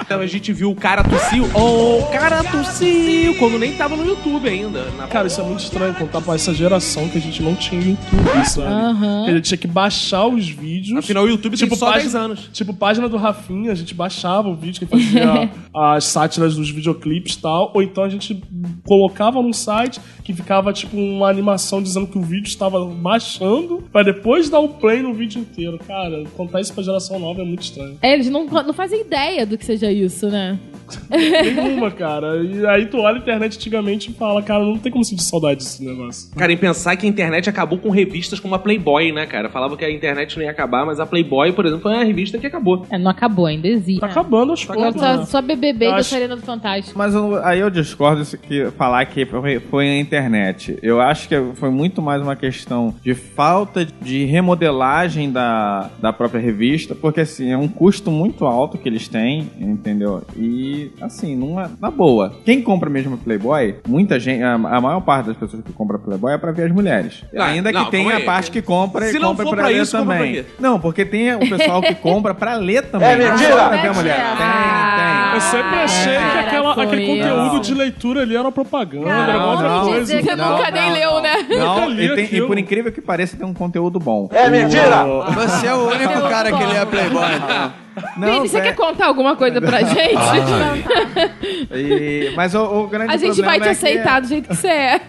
Speaker 1: Então a gente viu o cara tossiu. Oh, o cara tossiu! Quando nem tava no YouTube ainda. Na...
Speaker 6: Cara, isso é muito estranho contar pra essa geração que a gente não tinha YouTube, sabe?
Speaker 3: Aham.
Speaker 6: Que a gente tinha que baixar os vídeos.
Speaker 1: Afinal, o YouTube tem só 10 anos.
Speaker 6: Tipo, página do Rafinha, a gente baixava o vídeo que fazia as sátiras dos videoclipes e tal. Ou então a gente colocava num site que ficava, tipo, uma animação dizendo que o vídeo estava baixando pra depois dar o play no vídeo inteiro. Cara, contar isso pra geração nova é muito estranho.
Speaker 3: É, eles não, não fazem ideia do que seja isso, né?
Speaker 6: Nenhuma, cara. E aí tu olha a internet antigamente e fala, cara, não tem como sentir saudade desse negócio.
Speaker 1: Cara, em pensar que a internet acabou com revistas como a Playboy, né, cara? Falava que a internet não ia acabar, mas a Playboy, por exemplo, foi uma revista que acabou.
Speaker 3: É, não acabou, ainda existe.
Speaker 6: Tá acabando as
Speaker 3: Ou
Speaker 6: poucos,
Speaker 3: só,
Speaker 6: né?
Speaker 3: só BBB
Speaker 5: Eu
Speaker 3: e
Speaker 5: acho-
Speaker 3: Doutorina do Fantástico.
Speaker 5: Mas eu- aí eu discordo se- que falar que foi- foi a internet. Eu acho que foi muito mais uma questão de falta de remodelagem da, da própria revista, porque assim, é um custo muito alto que eles têm, entendeu? E que, assim, numa, na boa, quem compra mesmo Playboy, muita gente, a, a maior parte das pessoas que compra Playboy é pra ver as mulheres.
Speaker 1: Não,
Speaker 5: Ainda
Speaker 1: Ah, não,
Speaker 5: que tenha
Speaker 1: calma
Speaker 5: a
Speaker 1: aí.
Speaker 5: parte que compra
Speaker 1: Se
Speaker 5: e
Speaker 1: não
Speaker 5: compra
Speaker 1: for
Speaker 5: pra,
Speaker 1: pra
Speaker 5: ler
Speaker 1: isso, compra
Speaker 5: também.
Speaker 1: pra quê?
Speaker 5: Não, porque tem o pessoal que compra pra ler também.
Speaker 1: É mentira!
Speaker 5: Não só pra ver a mulher. Tem, tem.
Speaker 6: Eu sempre achei que aquela-
Speaker 5: foi
Speaker 6: aquele
Speaker 5: eu.
Speaker 6: conteúdo de leitura ali era propaganda, era uma outra
Speaker 5: não,
Speaker 6: coisa.
Speaker 3: dizer que nunca nem leu, né?
Speaker 11: Tá
Speaker 5: Não,
Speaker 6: Nunca li
Speaker 5: e, tem- e
Speaker 6: aquilo.
Speaker 5: por incrível que pareça, tem um conteúdo bom.
Speaker 2: É mentira!
Speaker 5: Você é o único cara que lê a Playboy.
Speaker 3: Vini,
Speaker 5: é.
Speaker 3: você quer contar alguma coisa pra gente?
Speaker 5: Ai. E- mas o, o grande
Speaker 3: A gente
Speaker 5: problema
Speaker 3: vai te
Speaker 5: é que-
Speaker 3: aceitar do jeito que você é.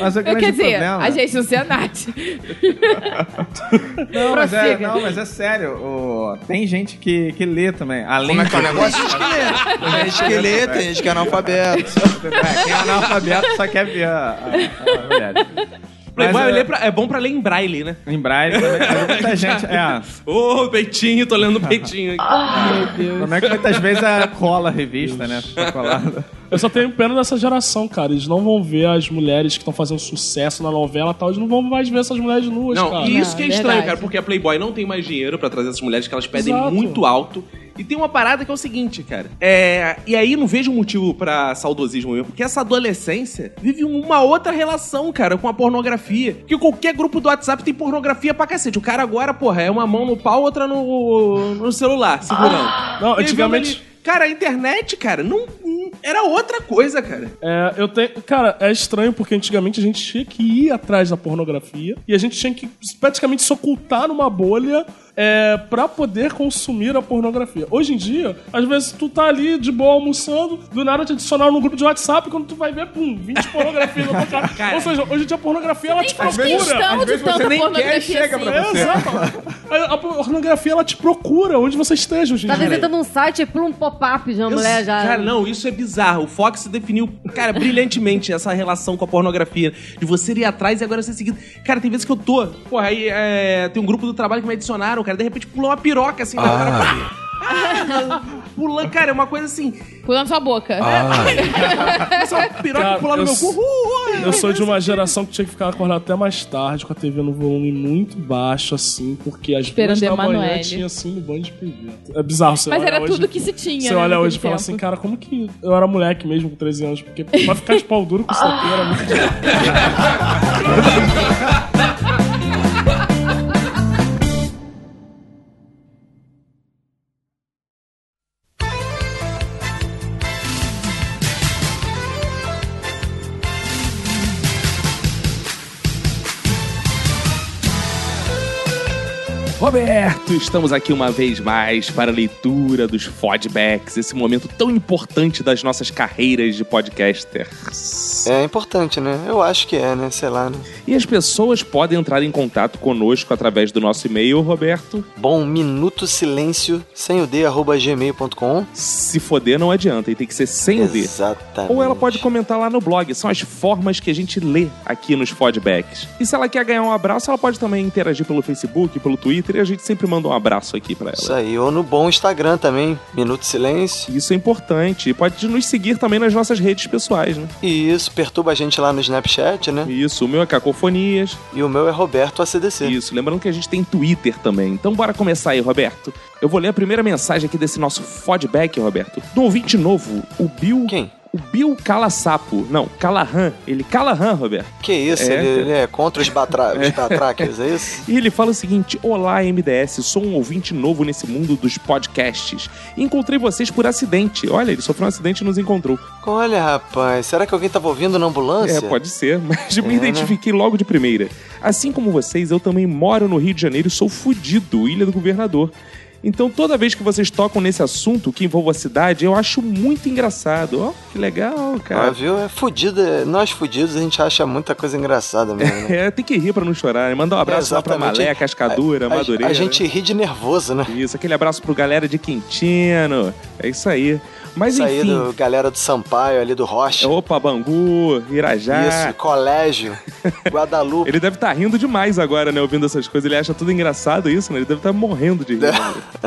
Speaker 5: Mas o grande
Speaker 3: Quer dizer,
Speaker 5: problema-
Speaker 3: a gente no Senat.
Speaker 5: Não, mas é,
Speaker 3: Prossiga.
Speaker 5: não, mas é sério. o- tem gente que, que lê também. Além
Speaker 2: Como é que é o negócio?
Speaker 5: Tem
Speaker 2: gente que lê, tem gente que é analfabeto.
Speaker 5: É, quem é analfabeto só quer ver a, a, a mulher.
Speaker 1: Playboy
Speaker 5: Mas,
Speaker 1: lê pra- é bom pra ler em braille, né?
Speaker 5: Em braille também. mas Muita gente... É,
Speaker 1: Ô, peitinho, tô lendo peitinho aqui.
Speaker 5: Como é que muitas vezes a cola a revista, né? Fica colada.
Speaker 6: Eu só tenho pena dessa geração, cara. Eles não vão ver as mulheres que estão fazendo sucesso na novela e tal. Eles não vão mais ver essas mulheres nuas,
Speaker 1: Não,
Speaker 6: cara.
Speaker 1: e isso que é estranho, cara, porque a Playboy não tem mais dinheiro pra trazer essas mulheres que elas pedem
Speaker 6: Exato.
Speaker 1: muito alto. E tem uma parada que é o seguinte, cara. É, e aí não vejo motivo pra saudosismo mesmo, porque essa adolescência vive uma outra relação, cara, com a pornografia. Que qualquer grupo do WhatsApp tem pornografia pra cacete. O cara agora, porra, é uma mão no pau, outra no, no celular, segurando.
Speaker 6: Ah! Não,
Speaker 1: E aí,
Speaker 6: antigamente-
Speaker 1: vendo ali- Cara, a internet, cara, não, não- era outra coisa, cara.
Speaker 6: É, eu tenho. Cara, é estranho porque antigamente a gente tinha que ir atrás da pornografia e a gente tinha que praticamente se ocultar numa bolha é, pra poder consumir a pornografia. Hoje em dia, às vezes tu tá ali de boa almoçando, do nada te adicionaram no grupo de WhatsApp e quando tu vai ver, pum, 20 pornografias na tua cara. Ou seja, hoje em dia a pornografia ela te
Speaker 9: faz
Speaker 6: procura.
Speaker 9: questão Às de vezes você tanta nem quer, pornografia chega assim. pra você.
Speaker 6: É, exato. A, a pornografia ela te procura onde você esteja hoje em
Speaker 4: Tá
Speaker 6: dia.
Speaker 4: visitando um site, pula um pop-up de uma mulher já.
Speaker 1: Cara, não, isso é bizarro. O Fox definiu, cara, brilhantemente essa relação com a pornografia. De você ir atrás e agora ser seguido. Cara, tem vezes que eu tô. Porra, aí é, tem um grupo do trabalho que me adicionaram, cara. De repente pulou uma piroca assim na
Speaker 9: Ah.
Speaker 1: cara. Ah, Pulando, cara, é uma coisa assim.
Speaker 3: Pulando sua boca.
Speaker 1: Essa piroca
Speaker 6: Cara,
Speaker 1: pular no
Speaker 6: eu
Speaker 1: meu cu.
Speaker 6: sou-
Speaker 1: Uh, uh,
Speaker 6: Eu sou de uma geração que tinha que ficar acordado até mais tarde, com a TV no volume muito baixo, assim, porque às
Speaker 3: Esperando
Speaker 6: duas da manhã
Speaker 3: Emanuele.
Speaker 6: tinha assim no banho de TV. É bizarro você
Speaker 3: Mas
Speaker 6: olha
Speaker 3: era
Speaker 6: hoje,
Speaker 3: tudo que se tinha,
Speaker 6: Você
Speaker 3: né,
Speaker 6: olha
Speaker 3: naquele
Speaker 6: hoje e fala
Speaker 3: tempo.
Speaker 6: assim, cara, como que eu era moleque mesmo com 13 anos? Porque pra ficar de pau duro com isso aqui era muito difícil.
Speaker 10: Roberto!
Speaker 11: Estamos aqui uma vez mais para a leitura dos fodbacks, esse momento tão importante das nossas carreiras de podcaster.
Speaker 2: É importante, né? Eu acho que é, né? Sei lá, né?
Speaker 11: E as pessoas podem entrar em contato conosco através do nosso e-mail, Roberto.
Speaker 2: Bom, minuto silêncio, sem o D, arroba gmail.com.
Speaker 11: Se foder, não adianta, e tem que ser
Speaker 1: É.
Speaker 11: sem o D.
Speaker 2: Exatamente.
Speaker 11: Ou ela pode comentar lá no blog, são as formas que a gente lê aqui nos fodbacks. E se ela quer ganhar um abraço, ela pode também interagir pelo Facebook, pelo Twitter, e a gente sempre manda um abraço aqui pra ela.
Speaker 2: Isso aí, ou no bom Instagram também, Minuto Silêncio.
Speaker 11: Isso é importante. E pode nos seguir também nas nossas redes pessoais, né?
Speaker 2: E isso, perturba a gente lá no Snapchat, né?
Speaker 11: Isso, o meu é Cacofonias.
Speaker 2: E o meu é Roberto ACDC.
Speaker 11: Isso, lembrando que a gente tem Twitter também. Então bora começar aí, Roberto. Eu vou ler a primeira mensagem aqui desse nosso fodback, Roberto. Do ouvinte novo, o Bill.
Speaker 2: Quem?
Speaker 11: O Bill Calasapo. Não, Calahan. Ele Calahan, Roberto.
Speaker 2: Que isso, ele,
Speaker 11: É, cara.
Speaker 2: ele é contra os, batra os batraques, é isso?
Speaker 11: E ele fala o seguinte: Olá, MDS, sou um ouvinte novo nesse mundo dos podcasts. Encontrei vocês por acidente. Olha, ele sofreu um acidente e nos encontrou.
Speaker 2: Olha, rapaz, será que alguém tava ouvindo na ambulância?
Speaker 11: É, pode ser, mas
Speaker 2: É,
Speaker 11: me
Speaker 2: né?
Speaker 11: identifiquei logo de primeira. Assim como vocês, eu também moro no Rio de Janeiro e sou fudido, Ilha do Governador. Então, toda vez que vocês tocam nesse assunto que envolve a cidade, eu acho muito engraçado. Ó, que legal,
Speaker 2: Ah,
Speaker 11: cara.
Speaker 2: viu? É fudido, é- nós fudidos a gente acha muita coisa engraçada mesmo. Né?
Speaker 11: É, tem que rir pra não chorar. né? Mandar um abraço lá pra
Speaker 2: Exatamente.
Speaker 11: Malé,
Speaker 2: A-
Speaker 11: Cascadura,
Speaker 2: a-
Speaker 11: Madureira. né?
Speaker 2: a gente ri de nervoso, né?
Speaker 11: Isso, aquele abraço pro galera de Quintino. É isso aí. Mas
Speaker 2: Isso aí
Speaker 11: enfim.
Speaker 2: do galera do Sampaio, ali do Rocha.
Speaker 11: Opa, Bangu, Irajá.
Speaker 2: Isso, colégio, Guadalupe.
Speaker 11: Ele deve estar rindo demais agora, né? Ouvindo essas coisas. Ele acha tudo engraçado isso, né? Ele deve estar morrendo de rir. né?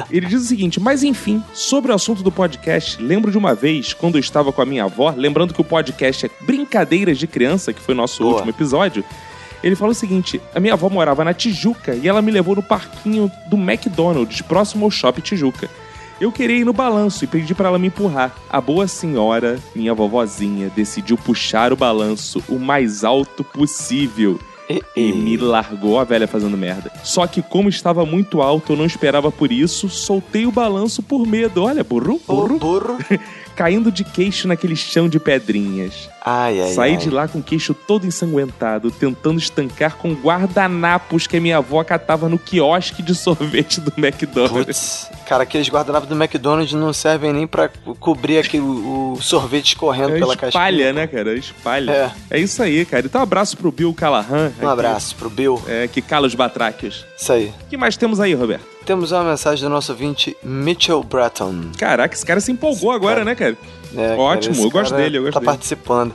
Speaker 11: Ele diz o seguinte: Mas enfim, sobre o assunto do podcast, lembro de uma vez, quando eu estava com a minha avó, lembrando que o podcast é Brincadeiras de Criança, que foi nosso último episódio. Ele falou o seguinte: a minha avó morava na Tijuca e ela me levou no parquinho do McDonald's, próximo ao Shopping Tijuca. Eu queria ir no balanço e pedi pra ela me empurrar. A boa senhora, minha vovozinha, decidiu puxar o balanço o mais alto possível. E me largou a velha fazendo merda. Só que, como estava muito alto, eu não esperava por isso, soltei o balanço por medo. Olha, burro, burro. burro. Caindo de queixo naquele chão de pedrinhas.
Speaker 2: Ai, ai,
Speaker 11: Saí
Speaker 2: ai.
Speaker 11: de lá com o queixo todo ensanguentado, tentando estancar com guardanapos que a minha avó catava no quiosque de sorvete do McDonald's.
Speaker 2: Cara, aqueles guardanapos do McDonald's não servem nem pra co- cobrir aquele, o o sorvete escorrendo pela
Speaker 11: espalha,
Speaker 2: caixa.
Speaker 11: né, cara? Espalha. É. isso aí, cara. Então, um abraço pro Bill Callahan.
Speaker 2: Um abraço pro Bill.
Speaker 11: É, que cala os batráquios.
Speaker 2: Isso aí.
Speaker 11: O que mais temos aí, Roberto?
Speaker 2: Temos uma mensagem do nosso ouvinte Mitchell Breton.
Speaker 11: Caraca, esse cara se empolgou agora, né, cara?
Speaker 2: É,
Speaker 11: Ótimo,
Speaker 2: esse
Speaker 11: eu gosto
Speaker 2: cara
Speaker 11: dele, eu gosto
Speaker 2: tá
Speaker 11: dele.
Speaker 2: participando.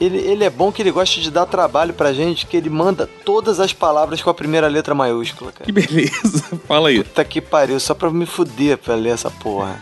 Speaker 2: Ele, ele é bom que ele gosta de dar trabalho pra gente, que ele manda todas as palavras com a primeira letra maiúscula, cara. Que
Speaker 11: beleza, fala aí.
Speaker 2: Puta que pariu, só pra me fuder pra ler essa porra.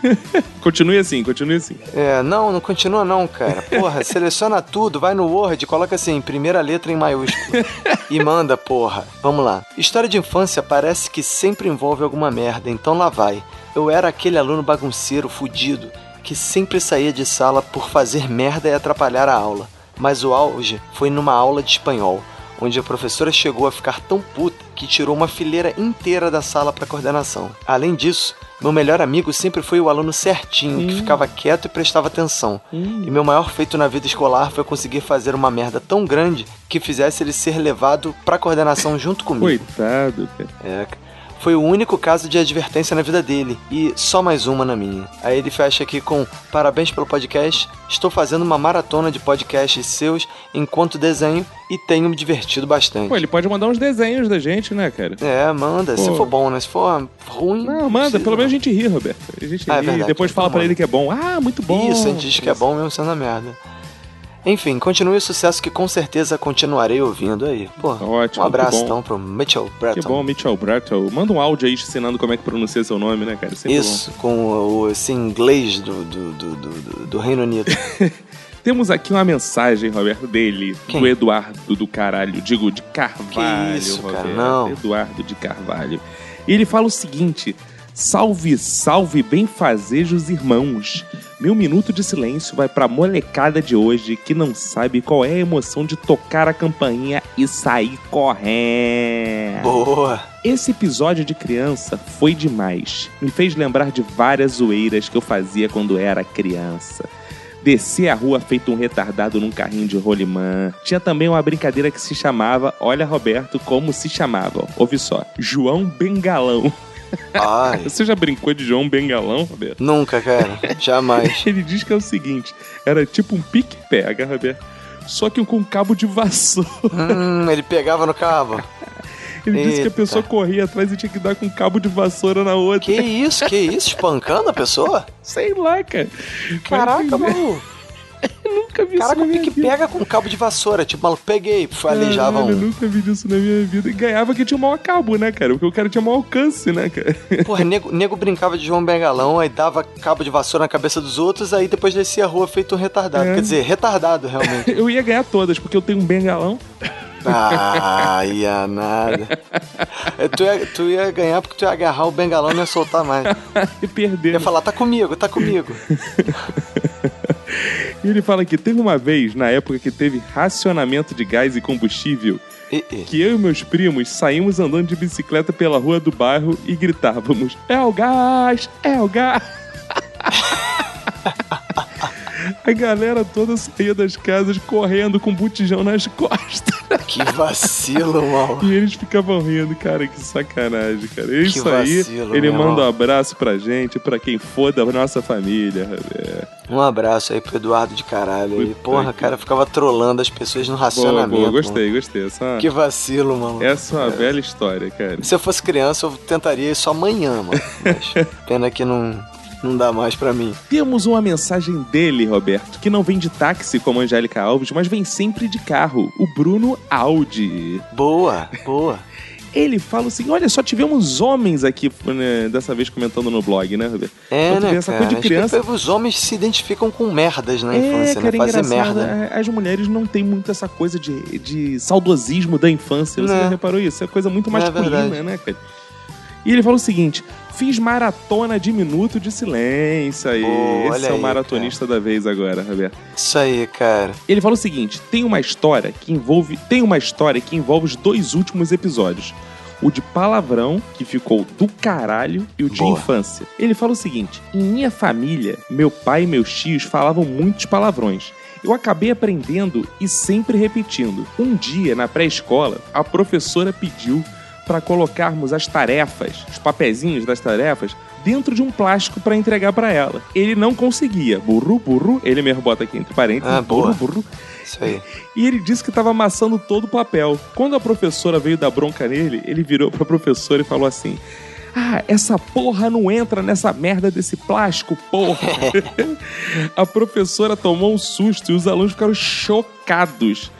Speaker 11: Continue assim, continue assim.
Speaker 2: É, não, não continua não, cara. Porra, seleciona tudo, vai no Word, coloca assim, primeira letra em maiúsculo. e manda, porra. Vamos lá. História de infância parece que sempre envolve alguma merda, então lá vai. Eu era aquele aluno bagunceiro, fudido, que sempre saía de sala por fazer merda e atrapalhar a aula. Mas o auge foi numa aula de espanhol, onde a professora chegou a ficar tão puta que tirou uma fileira inteira da sala para coordenação. Além disso, meu melhor amigo sempre foi o aluno certinho, que ficava quieto e prestava atenção. E meu maior feito na vida escolar foi conseguir fazer uma merda tão grande que fizesse ele ser levado pra coordenação junto comigo.
Speaker 11: Coitado, cara.
Speaker 2: É, cara. foi o único caso de advertência na vida dele e só mais uma na minha. Aí ele fecha aqui com parabéns pelo podcast. Estou fazendo uma maratona de podcasts seus enquanto desenho e tenho me divertido bastante.
Speaker 11: Pô, ele pode mandar uns desenhos da gente, né, cara?
Speaker 2: É, manda, se
Speaker 11: Pô.
Speaker 2: for bom, né? Se for ruim.
Speaker 11: Não, manda, pelo menos a gente ri, Roberto. A gente
Speaker 2: Ah, é
Speaker 11: ri,
Speaker 2: verdade,
Speaker 11: depois
Speaker 2: então
Speaker 11: fala pra
Speaker 2: manda.
Speaker 11: ele que é bom. Ah, muito bom.
Speaker 2: Isso, a gente diz que é bom mesmo sendo a merda. Enfim, continue o sucesso que com certeza continuarei ouvindo aí. Pô,
Speaker 11: Ótimo,
Speaker 2: um abraço
Speaker 11: que bom.
Speaker 2: então pro Mitchell Breton.
Speaker 11: Que bom, Mitchell Brattle. Manda um áudio aí ensinando como é que pronuncia seu nome, né, cara? Sempre
Speaker 2: Isso, com o esse inglês do, do, do, do, do- do Reino Unido.
Speaker 11: bom. Temos aqui uma mensagem, Roberto, dele, do Eduardo do caralho. Digo, de Carvalho,
Speaker 2: Que isso, cara,
Speaker 11: Roberto.
Speaker 2: não.
Speaker 11: Eduardo de Carvalho. E ele fala o seguinte: salve, salve, benfazejos irmãos. Meu minuto de silêncio vai pra molecada de hoje que não sabe qual é a emoção de tocar a campainha e sair correndo.
Speaker 2: Boa!
Speaker 11: Esse episódio de criança foi demais. Me fez lembrar de várias zoeiras que eu fazia quando era criança descer a rua feito um retardado num carrinho de rolimã. Tinha também uma brincadeira que se chamava, olha Roberto, como se chamava. Ouve só, João Bengalão. Você já brincou de João Bengalão, Roberto?
Speaker 2: Nunca, cara. Jamais.
Speaker 11: Ele diz que é o seguinte: era tipo um pique-pega, Roberto. Só que com um cabo de vassoura.
Speaker 2: Hum, ele pegava no cabo.
Speaker 11: Ele disse que a
Speaker 2: Eita.
Speaker 11: pessoa corria atrás e tinha que dar com um cabo de vassoura na outra.
Speaker 2: Que isso, que isso? Espancando a pessoa?
Speaker 11: Sei lá, cara.
Speaker 2: Caraca, mano.
Speaker 11: Nunca vi
Speaker 2: Caraca, o que que pega com cabo de vassoura? Tipo, maluco, peguei, pf, alijava
Speaker 11: Caralho, eu
Speaker 2: um.
Speaker 11: nunca vi isso na minha vida. E ganhava que tinha o maior cabo, né, cara? Porque o cara tinha maior alcance, né, cara?
Speaker 2: Porra, nego, nego brincava de João Bengalão, aí dava cabo de vassoura na cabeça dos outros, aí depois descia a rua feito um retardado.
Speaker 11: É.
Speaker 2: Quer dizer, retardado, realmente.
Speaker 11: Eu ia ganhar todas, porque eu tenho um bengalão.
Speaker 2: Ah, ia nada. É, Tu ia, tu ia ganhar porque tu ia agarrar o bengalão e não ia soltar mais.
Speaker 11: e perder.
Speaker 2: Ia falar, tá comigo, tá comigo.
Speaker 11: E ele fala que teve uma vez, na época que teve racionamento de gás e combustível, que eu e meus primos saímos andando de bicicleta pela rua do bairro e gritávamos: É o gás! É o gás! A galera toda saía das casas correndo com botijão nas costas.
Speaker 2: Que vacilo, mal.
Speaker 11: E eles ficavam rindo, cara, que sacanagem, cara. É Isso aí,
Speaker 2: vacilo,
Speaker 11: ele
Speaker 2: meu
Speaker 11: manda um
Speaker 2: irmão.
Speaker 11: abraço pra gente, pra quem for da nossa família. É.
Speaker 2: Um abraço aí pro Eduardo de caralho. aí. Porra, cara, ficava trolando as pessoas no
Speaker 11: Boa,
Speaker 2: racionamento.
Speaker 11: boa,
Speaker 2: mano.
Speaker 11: gostei, gostei. Essa,
Speaker 2: Que vacilo, mano.
Speaker 11: essa é uma velha história, cara.
Speaker 2: Se eu fosse criança, eu tentaria isso amanhã, mano. Mas pena que não, não dá mais pra mim.
Speaker 11: Temos uma mensagem dele, Roberto, que não vem de táxi como a Angélica Alves, mas vem sempre de carro. O Bruno Aldi.
Speaker 2: Boa, boa.
Speaker 11: Ele fala assim: olha, só tivemos homens aqui né, dessa vez comentando no blog, né, Roberto?
Speaker 2: É,
Speaker 11: Então, tu vê
Speaker 2: né,
Speaker 11: Essa
Speaker 2: cara?
Speaker 11: coisa de criança. É,
Speaker 2: Acho que Os homens se identificam com merdas na infância, né?
Speaker 11: cara,
Speaker 2: Fazer
Speaker 11: engraçado,
Speaker 2: merda.
Speaker 11: é, As mulheres não têm muito essa coisa de, de saudosismo da infância. Você
Speaker 2: Né.
Speaker 11: já reparou isso? É coisa muito
Speaker 2: É
Speaker 11: masculina,
Speaker 2: verdade.
Speaker 11: né, cara?
Speaker 1: E ele falou o seguinte: fiz maratona de minuto de silêncio aí.
Speaker 2: Pô, olha
Speaker 1: Esse é o
Speaker 2: aí,
Speaker 1: maratonista da vez agora, Roberto.
Speaker 2: Isso aí, cara.
Speaker 1: Ele falou o seguinte: tem uma história que envolve. Tem uma história que envolve os dois últimos episódios. O de palavrão, que ficou do caralho, e o de infância. Ele fala o seguinte: em minha família, meu pai e meus tios falavam muitos palavrões. Eu acabei aprendendo e sempre repetindo. Um dia, na pré-escola, a professora pediu para colocarmos as tarefas, os papezinhos das tarefas, dentro de um plástico para entregar para ela. Ele não conseguia. Burru, burru, ele mesmo bota aqui entre parênteses,
Speaker 2: Ah, boa.
Speaker 1: burru, burru.
Speaker 2: Isso aí.
Speaker 1: E ele disse que estava amassando todo o papel. Quando a professora veio dar bronca nele, ele virou para a professora e falou assim: Ah, essa porra não entra nessa merda desse plástico, porra. a professora tomou um susto e os alunos ficaram chocados.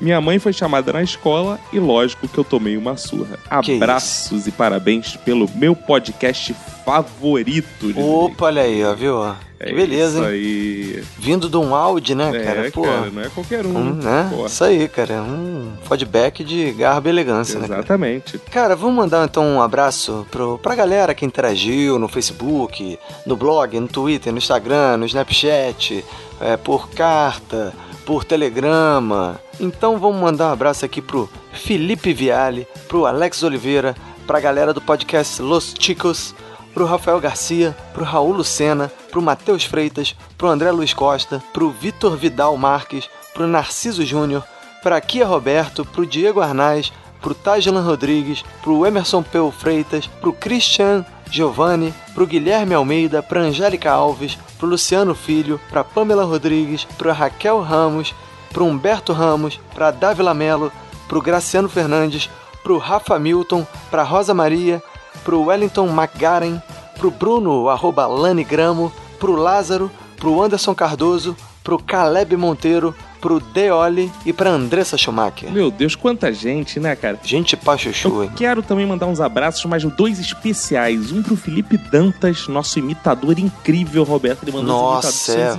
Speaker 1: Minha mãe foi chamada na escola e, lógico, que eu tomei uma surra. Abraços e parabéns pelo meu podcast favorito. diz
Speaker 2: Opa, olha aí, ó, viu? ó?
Speaker 1: É
Speaker 2: Que beleza,
Speaker 1: isso
Speaker 2: hein? Vindo de um Audi, né, cara? Pô.
Speaker 1: cara, não é qualquer um,
Speaker 2: Hum,
Speaker 1: né?
Speaker 2: né?
Speaker 1: Porra.
Speaker 2: Isso aí, cara. Um feedback de garbo e elegância, né? cara?
Speaker 1: Exatamente.
Speaker 2: Cara, vamos mandar então um abraço pro, pra galera que interagiu no Facebook, no blog, no Twitter, no Instagram, no Snapchat, é, por carta, por telegrama. Então vamos mandar um abraço aqui pro Felipe Viale, pro Alex Oliveira, pra galera do podcast Los Chicos, pro Rafael Garcia, pro Raul Lucena, pro Matheus Freitas, pro André Luiz Costa, pro Vitor Vidal Marques, pro Narciso Júnior, para Kia Roberto, pro Diego Arnaz, pro Tajlan Rodrigues, pro Emerson Peu Freitas, pro Christian Giovanni, pro Guilherme Almeida, pra Angélica Alves, pro Luciano Filho, pra Pamela Rodrigues, pra Raquel Ramos, pro Humberto Ramos, pra Dávila Melo, pro Graciano Fernandes, pro Rafa Milton, pra Rosa Maria, pro Wellington McGaren, pro Bruno, arroba Lani Gramo, pro Lázaro, pro Anderson Cardoso, pro Caleb Monteiro, pro Deoli e pra Andressa Schumacher.
Speaker 1: Meu Deus, quanta gente, né, cara?
Speaker 2: Gente pra chuchu, hein?
Speaker 1: Quero também mandar uns abraços, mas dois especiais. Um pro Felipe Dantas, nosso imitador incrível, Roberto. Ele mandou umas
Speaker 2: Nossa,
Speaker 1: imitações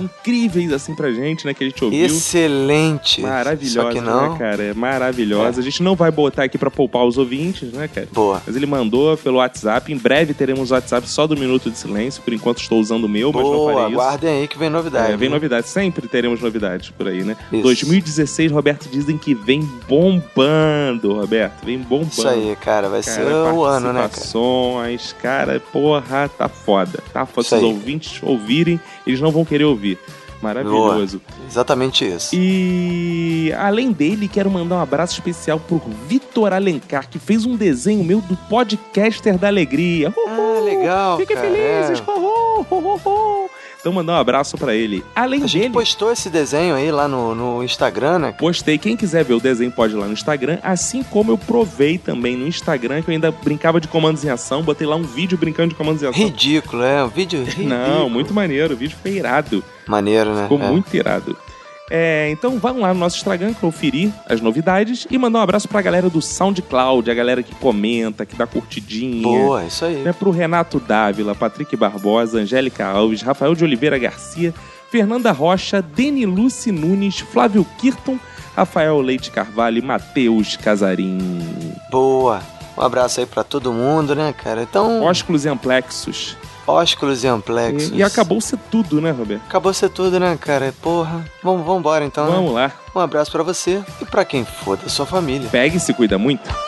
Speaker 2: é.
Speaker 1: incríveis assim pra gente, né? Que a gente ouviu.
Speaker 2: Excelente.
Speaker 1: Maravilhosa,
Speaker 2: Só que não.
Speaker 1: né, cara? É maravilhosa. A gente não vai botar aqui pra poupar os ouvintes, né, cara?
Speaker 2: Boa.
Speaker 1: Mas ele mandou pelo WhatsApp. Em breve teremos o WhatsApp só do Minuto de Silêncio. Por enquanto estou usando o meu, mas não
Speaker 2: Boa,
Speaker 1: farei isso.
Speaker 2: aguardem aí que vem novidade.
Speaker 1: É, vem
Speaker 2: hein?
Speaker 1: novidade, sempre teremos novidades por aí, né? 2016, Roberto, dizem que vem bombando, Roberto, vem bombando.
Speaker 2: Isso aí, cara, vai ser o ano, né, cara?
Speaker 1: Participações, cara, porra, tá foda, tá foda.
Speaker 2: Isso
Speaker 1: Se os
Speaker 2: aí.
Speaker 1: ouvintes ouvirem, eles não vão querer ouvir. Maravilhoso.
Speaker 2: Boa. Exatamente isso.
Speaker 1: E além dele, quero mandar um abraço especial pro Vitor Alencar, que fez um desenho meu do podcaster da alegria.
Speaker 2: Ah, legal.
Speaker 1: Fiquem
Speaker 2: cara,
Speaker 1: felizes,
Speaker 2: é.
Speaker 1: ho, ho, ho, ho, ho. Então mandar um abraço pra ele. Além
Speaker 2: A gente
Speaker 1: dele,
Speaker 2: postou esse desenho aí lá no, no Instagram, né?
Speaker 1: Postei. Quem quiser ver o desenho pode ir lá no Instagram. Assim como eu provei também no Instagram, que eu ainda brincava de comandos em ação. Botei lá um vídeo brincando de comandos em ação.
Speaker 2: Ridículo, é. Um vídeo ridículo.
Speaker 1: Não, muito maneiro. O vídeo foi irado.
Speaker 2: Maneiro, né?
Speaker 1: Ficou
Speaker 2: É.
Speaker 1: muito irado. É, então vão lá no nosso Instagram conferir as novidades e mandar um abraço pra galera do SoundCloud, a galera que comenta, que dá curtidinha.
Speaker 2: Boa, isso aí.
Speaker 1: Né, pro Renato Dávila, Patrick Barbosa, Angélica Alves, Rafael de Oliveira Garcia, Fernanda Rocha, Deni Luci Nunes, Flávio Kirton, Rafael Leite Carvalho e Matheus Casarim.
Speaker 2: Boa. Um abraço aí pra todo mundo, né, cara? Então.
Speaker 1: Ósculos e amplexos.
Speaker 2: Ósculos e amplexos.
Speaker 1: E, e acabou ser tudo, né, Roberto?
Speaker 2: Acabou ser tudo, né, cara? Porra. Vamos, vambora então, né?
Speaker 1: Vamos lá.
Speaker 2: Um abraço pra você e pra quem for da sua família.
Speaker 1: Pegue e se cuida muito.